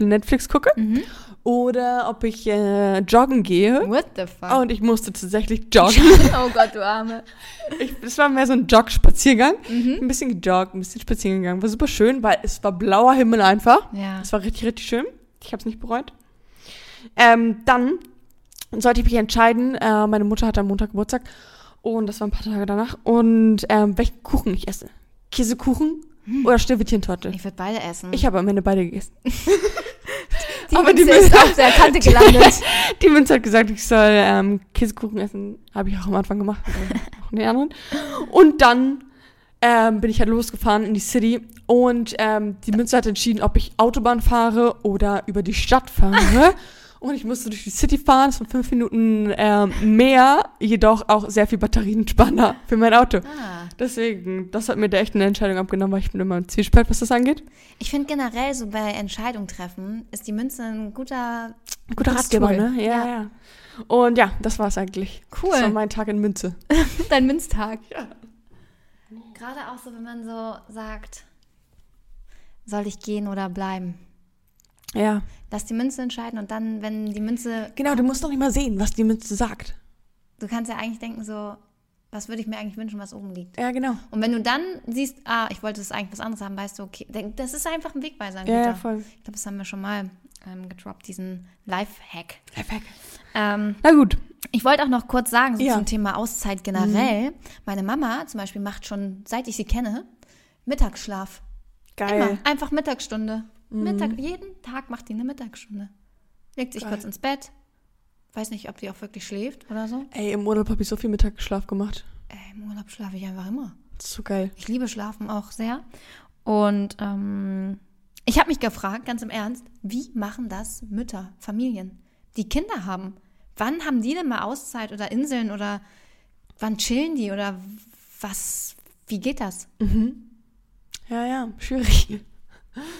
Speaker 1: Netflix gucke
Speaker 2: Mhm.
Speaker 1: oder ob ich äh, joggen gehe.
Speaker 2: What the fuck?
Speaker 1: Und ich musste tatsächlich joggen.
Speaker 2: oh Gott, du Arme.
Speaker 1: Ich, es war mehr so ein Jog-Spaziergang. Ein bisschen gejoggt, ein bisschen spazieren gegangen. War super schön, weil es war blauer Himmel einfach.
Speaker 2: Ja.
Speaker 1: Es war richtig, richtig schön. Ich habe es nicht bereut. Ähm, dann sollte ich mich entscheiden. Äh, meine Mutter hatte am Montag Geburtstag und das war ein paar Tage danach. Und ähm, welchen Kuchen ich esse. Käsekuchen oder Schneewittchentorte.
Speaker 2: Ich würde beide essen.
Speaker 1: Ich habe am Ende beide gegessen.
Speaker 2: die
Speaker 1: aber die
Speaker 2: Münze ist
Speaker 1: Münze-
Speaker 2: auf der Kante gelandet.
Speaker 1: Die Münze hat gesagt, ich soll ähm, Käsekuchen essen. Habe ich auch am Anfang gemacht. aber auch in den anderen. Und dann ähm, bin ich halt losgefahren in die City. Und ähm, die Münze hat entschieden, ob ich Autobahn fahre oder über die Stadt fahre. Und ich musste durch die City fahren. Es waren fünf Minuten ähm, mehr, jedoch auch sehr viel Batterienspanner für mein Auto.
Speaker 2: ah.
Speaker 1: Deswegen, das hat mir da echt eine Entscheidung abgenommen, weil ich bin immer im Zwiespalt, was das angeht.
Speaker 2: Ich finde generell so bei Entscheidungen treffen ist die Münze ein guter.
Speaker 1: Guter
Speaker 2: Gutes
Speaker 1: Ratgeber,
Speaker 2: Tool.
Speaker 1: ne? Ja, ja. Und ja, das war's eigentlich.
Speaker 2: Cool.
Speaker 1: Das war mein Tag in Münze.
Speaker 2: Dein Münztag.
Speaker 1: Ja.
Speaker 2: Gerade auch so, wenn man so sagt, soll ich gehen oder bleiben?
Speaker 1: Ja.
Speaker 2: Lass die Münze entscheiden und dann, wenn die Münze,
Speaker 1: Genau, du musst noch nicht mal sehen, was die Münze sagt.
Speaker 2: du kannst ja eigentlich denken so, was würde ich mir eigentlich wünschen, was oben liegt?
Speaker 1: Ja, genau.
Speaker 2: Und wenn du dann siehst, ah, ich wollte es eigentlich was anderes haben, weißt du, okay, denk- das ist einfach ein Wegweiser. ein
Speaker 1: Ja, ja,
Speaker 2: guter.
Speaker 1: voll.
Speaker 2: Ich glaube, das haben wir schon mal ähm, gedroppt, diesen Live-Hack.
Speaker 1: Perfekt.
Speaker 2: Ähm,
Speaker 1: Na gut.
Speaker 2: Ich wollte auch noch kurz sagen, so
Speaker 1: Ja. Mhm.
Speaker 2: zum Thema Auszeit generell. Meine Mama zum Beispiel macht schon, seit ich sie kenne, Mittagsschlaf. Immer.
Speaker 1: Geil.
Speaker 2: Einfach
Speaker 1: Mhm.
Speaker 2: Mittagsstunde. Mittag, jeden Tag macht die eine Mittagsstunde. Legt sich kurz ins Bett, weiß nicht, ob die auch wirklich schläft oder so.
Speaker 1: Ey, im Urlaub habe ich so viel Mittagsschlaf gemacht.
Speaker 2: Ey, Im Urlaub schlafe ich einfach immer.
Speaker 1: Das ist so geil.
Speaker 2: Ich liebe Schlafen auch sehr. Und ähm, ich habe mich gefragt, ganz im Ernst, wie machen das Mütter, Familien, die Kinder haben? Wann haben die denn mal Auszeit oder Inseln oder wann chillen die oder was? Wie geht das?
Speaker 1: Mhm. Ja, ja, schwierig.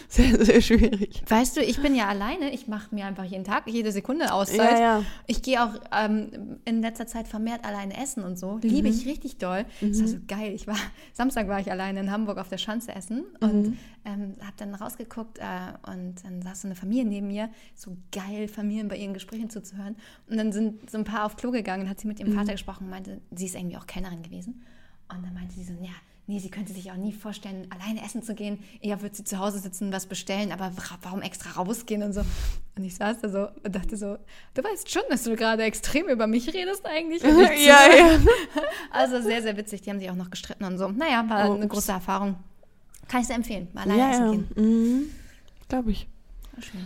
Speaker 1: Sehr, sehr schwierig.
Speaker 2: Weißt du, ich bin ja alleine, ich mache mir einfach jeden Tag, jede Sekunde Auszeit.
Speaker 1: Ja, ja.
Speaker 2: Ich gehe auch ähm, in letzter Zeit vermehrt alleine essen und so. Liebe
Speaker 1: Mhm.
Speaker 2: ich richtig doll. Das war so geil. Ich war, Samstag war ich alleine in Hamburg auf der Schanze essen und
Speaker 1: Mhm.
Speaker 2: ähm, habe dann rausgeguckt äh, und dann saß so eine Familie neben mir. So geil, Familien bei ihren Gesprächen zuzuhören. Und dann sind so ein paar auf Klo gegangen und hat sie mit
Speaker 1: Mhm.
Speaker 2: ihrem Vater gesprochen und meinte, sie ist irgendwie auch Kellnerin gewesen. Und dann meinte sie so, ja, nee, sie könnte sich auch nie vorstellen, alleine essen zu gehen. Eher wird sie zu Hause sitzen, was bestellen, aber wa- warum extra rausgehen und so. Und ich saß da so und dachte so, du weißt schon, dass du gerade extrem über mich redest eigentlich. und nicht zu
Speaker 1: Ja,
Speaker 2: mir."
Speaker 1: ja.
Speaker 2: Also sehr, sehr witzig. Die haben sich auch noch gestritten und so. Naja, war
Speaker 1: Oh,
Speaker 2: eine
Speaker 1: ups.
Speaker 2: große Erfahrung. Kann ich sehr empfehlen, mal alleine
Speaker 1: Ja, Hm.
Speaker 2: essen
Speaker 1: ja.
Speaker 2: gehen.
Speaker 1: Mhm. Glaube ich.
Speaker 2: War Schön.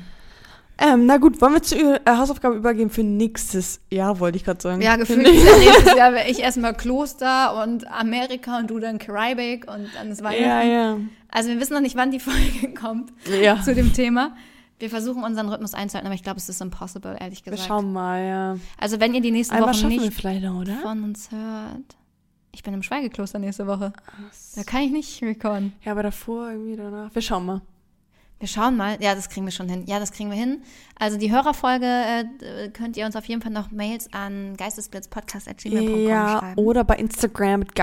Speaker 1: Ähm, na gut, wollen wir zur äh, Hausaufgabe übergehen für nächstes Jahr, wollte ich gerade sagen.
Speaker 2: Ja,
Speaker 1: Für
Speaker 2: gefühlt ist ja nächstes Jahr wär ich erstmal Kloster und Amerika und du dann Karibik und dann ist Weihnachten.
Speaker 1: Ja, ja.
Speaker 2: Also wir wissen noch nicht, wann die Folge kommt
Speaker 1: Ja.
Speaker 2: zu dem Thema. Wir versuchen unseren Rhythmus einzuhalten, aber ich glaube, es ist impossible, ehrlich
Speaker 1: Wir
Speaker 2: gesagt.
Speaker 1: schauen mal, ja.
Speaker 2: Also wenn ihr die nächsten
Speaker 1: Einmal
Speaker 2: Wochen
Speaker 1: schaffen wir
Speaker 2: nicht
Speaker 1: vielleicht noch, oder?
Speaker 2: von uns hört. Ich bin im Schweigekloster nächste Woche.
Speaker 1: Was?
Speaker 2: Da kann ich nicht recorden.
Speaker 1: Ja, aber davor, irgendwie danach. Wir schauen mal.
Speaker 2: Wir schauen mal. Ja, das kriegen wir schon hin. Ja, das kriegen wir hin. Also die Hörerfolge äh, könnt ihr uns auf jeden Fall noch Mails an geistesblitzpodcast.gmail.com
Speaker 1: Ja,
Speaker 2: schreiben.
Speaker 1: oder bei Instagram mit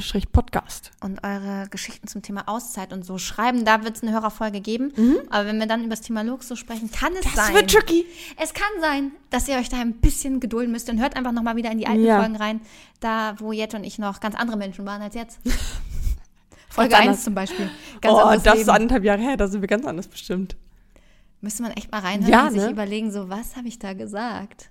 Speaker 1: geistesblitz-podcast.
Speaker 2: und eure Geschichten zum Thema Auszeit und so schreiben. Da wird es eine Hörerfolge geben. Aber wenn wir dann über das Thema Luxus sprechen, kann es sein.
Speaker 1: tricky.
Speaker 2: es kann sein, dass ihr euch da ein bisschen gedulden müsst und hört einfach nochmal wieder in die alten
Speaker 1: Ja.
Speaker 2: Folgen rein, da wo Jette und ich noch ganz andere Menschen waren als jetzt. Folge
Speaker 1: Ganz
Speaker 2: 1 zum Beispiel. Ganz
Speaker 1: oh,
Speaker 2: anderes
Speaker 1: das ist
Speaker 2: Leben.
Speaker 1: anderthalb Jahre her, da sind wir ganz anders bestimmt.
Speaker 2: Müsste man echt mal reinhören
Speaker 1: Ja,
Speaker 2: und sich
Speaker 1: ne?
Speaker 2: überlegen, so was habe ich da gesagt?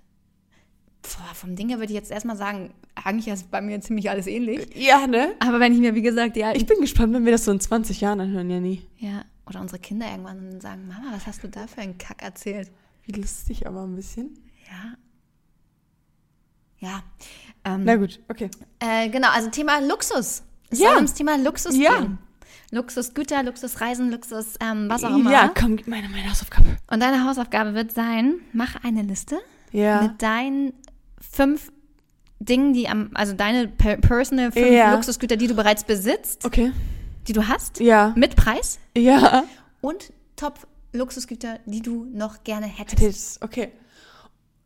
Speaker 2: Boah, vom Ding her würde ich jetzt erstmal sagen, eigentlich ist bei mir ziemlich alles ähnlich.
Speaker 1: Ja, ne?
Speaker 2: Aber wenn ich mir, wie gesagt, die alten
Speaker 1: Ich bin gespannt, wenn wir das so in 20 Jahren anhören, Jenny.
Speaker 2: Ja, oder unsere Kinder irgendwann sagen, Mama, was hast du da für einen Kack erzählt?
Speaker 1: Wie lustig, aber ein bisschen.
Speaker 2: Ja. Ja. Ähm,
Speaker 1: Na gut, okay.
Speaker 2: äh, genau, also Thema Luxus. Es
Speaker 1: Ja.
Speaker 2: soll ums Thema Luxus
Speaker 1: Ja.
Speaker 2: gehen. Luxusgüter, Luxusreisen, Luxus, ähm, was auch immer.
Speaker 1: Ja, komm, gib meine, meine Hausaufgabe.
Speaker 2: Und deine Hausaufgabe wird sein, mach eine Liste
Speaker 1: Ja.
Speaker 2: mit deinen fünf Dingen, die am, also deine per personal fünf
Speaker 1: Ja.
Speaker 2: Luxusgüter, die du bereits besitzt,
Speaker 1: okay.
Speaker 2: die du hast,
Speaker 1: Ja.
Speaker 2: mit Preis
Speaker 1: Ja.
Speaker 2: und Top Luxusgüter, die du noch gerne hättest.
Speaker 1: Tipps, okay.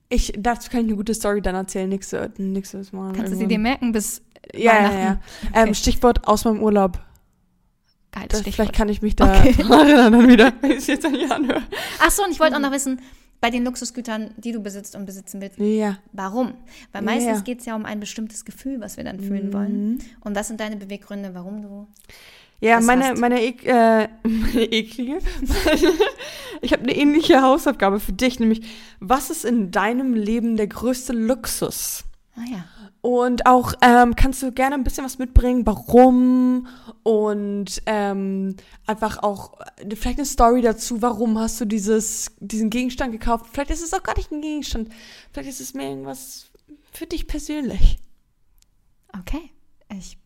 Speaker 1: Ich, dazu kann ich eine gute Story dann erzählen, nächstes, nächstes Mal.
Speaker 2: Kannst du sie dir
Speaker 1: irgendwann.
Speaker 2: merken bis
Speaker 1: Ja, ja,
Speaker 2: Weihnachten?
Speaker 1: ja. Ähm,
Speaker 2: Okay.
Speaker 1: Stichwort aus meinem Urlaub.
Speaker 2: Geiles
Speaker 1: Das,
Speaker 2: Stichwort.
Speaker 1: vielleicht kann ich mich da
Speaker 2: Okay.
Speaker 1: dran erinnern dann wieder, wenn ich es jetzt nicht anhöre.
Speaker 2: Ach so, und ich wollte auch noch wissen, bei den Luxusgütern, die du besitzt und besitzen willst,
Speaker 1: Ja.
Speaker 2: warum?
Speaker 1: Ja,
Speaker 2: Weil
Speaker 1: Mhm.
Speaker 2: meistens
Speaker 1: ja.
Speaker 2: geht es ja um ein bestimmtes Gefühl, was wir dann fühlen wollen. Und was sind deine Beweggründe, warum du...
Speaker 1: Ja,
Speaker 2: Das
Speaker 1: meine,
Speaker 2: heißt-
Speaker 1: meine, ek äh, meine eklige. ich habe eine ähnliche Hausaufgabe für dich, nämlich, was ist in deinem Leben der größte Luxus?
Speaker 2: Ah ja,
Speaker 1: Und auch ähm, kannst du gerne ein bisschen was mitbringen, warum und ähm, einfach auch äh, vielleicht eine Story dazu, warum hast du dieses, diesen Gegenstand gekauft? Vielleicht ist es auch gar nicht ein Gegenstand, vielleicht ist es mehr irgendwas für dich persönlich.
Speaker 2: okay. Ich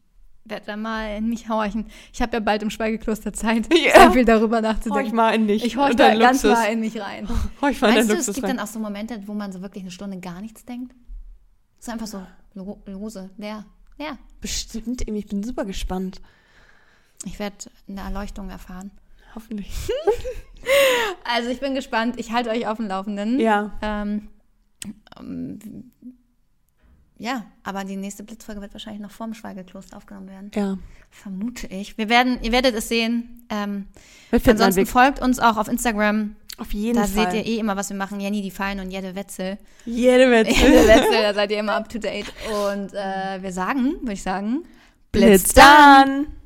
Speaker 2: werde da mal in mich horchen. Ich habe ja bald im Schweigekloster Zeit,
Speaker 1: Ja.
Speaker 2: sehr viel darüber
Speaker 1: Horch
Speaker 2: nachzudenken.
Speaker 1: mal in dich.
Speaker 2: Ich horche
Speaker 1: und
Speaker 2: da
Speaker 1: deinen
Speaker 2: ganz
Speaker 1: Luxus.
Speaker 2: mal in mich rein.
Speaker 1: Horch mal in deinen
Speaker 2: Meinst du, es
Speaker 1: Luxus
Speaker 2: gibt
Speaker 1: rein.
Speaker 2: dann auch so Momente, wo man so wirklich eine Stunde gar nichts denkt? Es ist einfach so lo lose, leer, leer.
Speaker 1: Bestimmt, Amy, ich bin super gespannt.
Speaker 2: Ich werde eine Erleuchtung erfahren.
Speaker 1: Hoffentlich.
Speaker 2: Also ich bin gespannt. Ich halte euch auf dem Laufenden.
Speaker 1: Ja.
Speaker 2: Ähm, ähm, ja, aber die nächste Blitzfolge wird wahrscheinlich noch vorm Schweigekloster aufgenommen werden.
Speaker 1: Ja.
Speaker 2: Vermute ich. Wir werden, ihr werdet es sehen. Ähm,
Speaker 1: Wir finden einen
Speaker 2: ansonsten
Speaker 1: Weg.
Speaker 2: folgt uns auch auf Instagram.
Speaker 1: Auf jeden
Speaker 2: Da
Speaker 1: Fall.
Speaker 2: seht ihr eh immer, was wir machen. Jenny die Fallen und Jede Wetzel.
Speaker 1: Jede
Speaker 2: Jede
Speaker 1: Wette.
Speaker 2: Wetzel, da seid ihr immer up to date. Und äh, wir sagen, würde ich sagen,
Speaker 1: Blitz dann!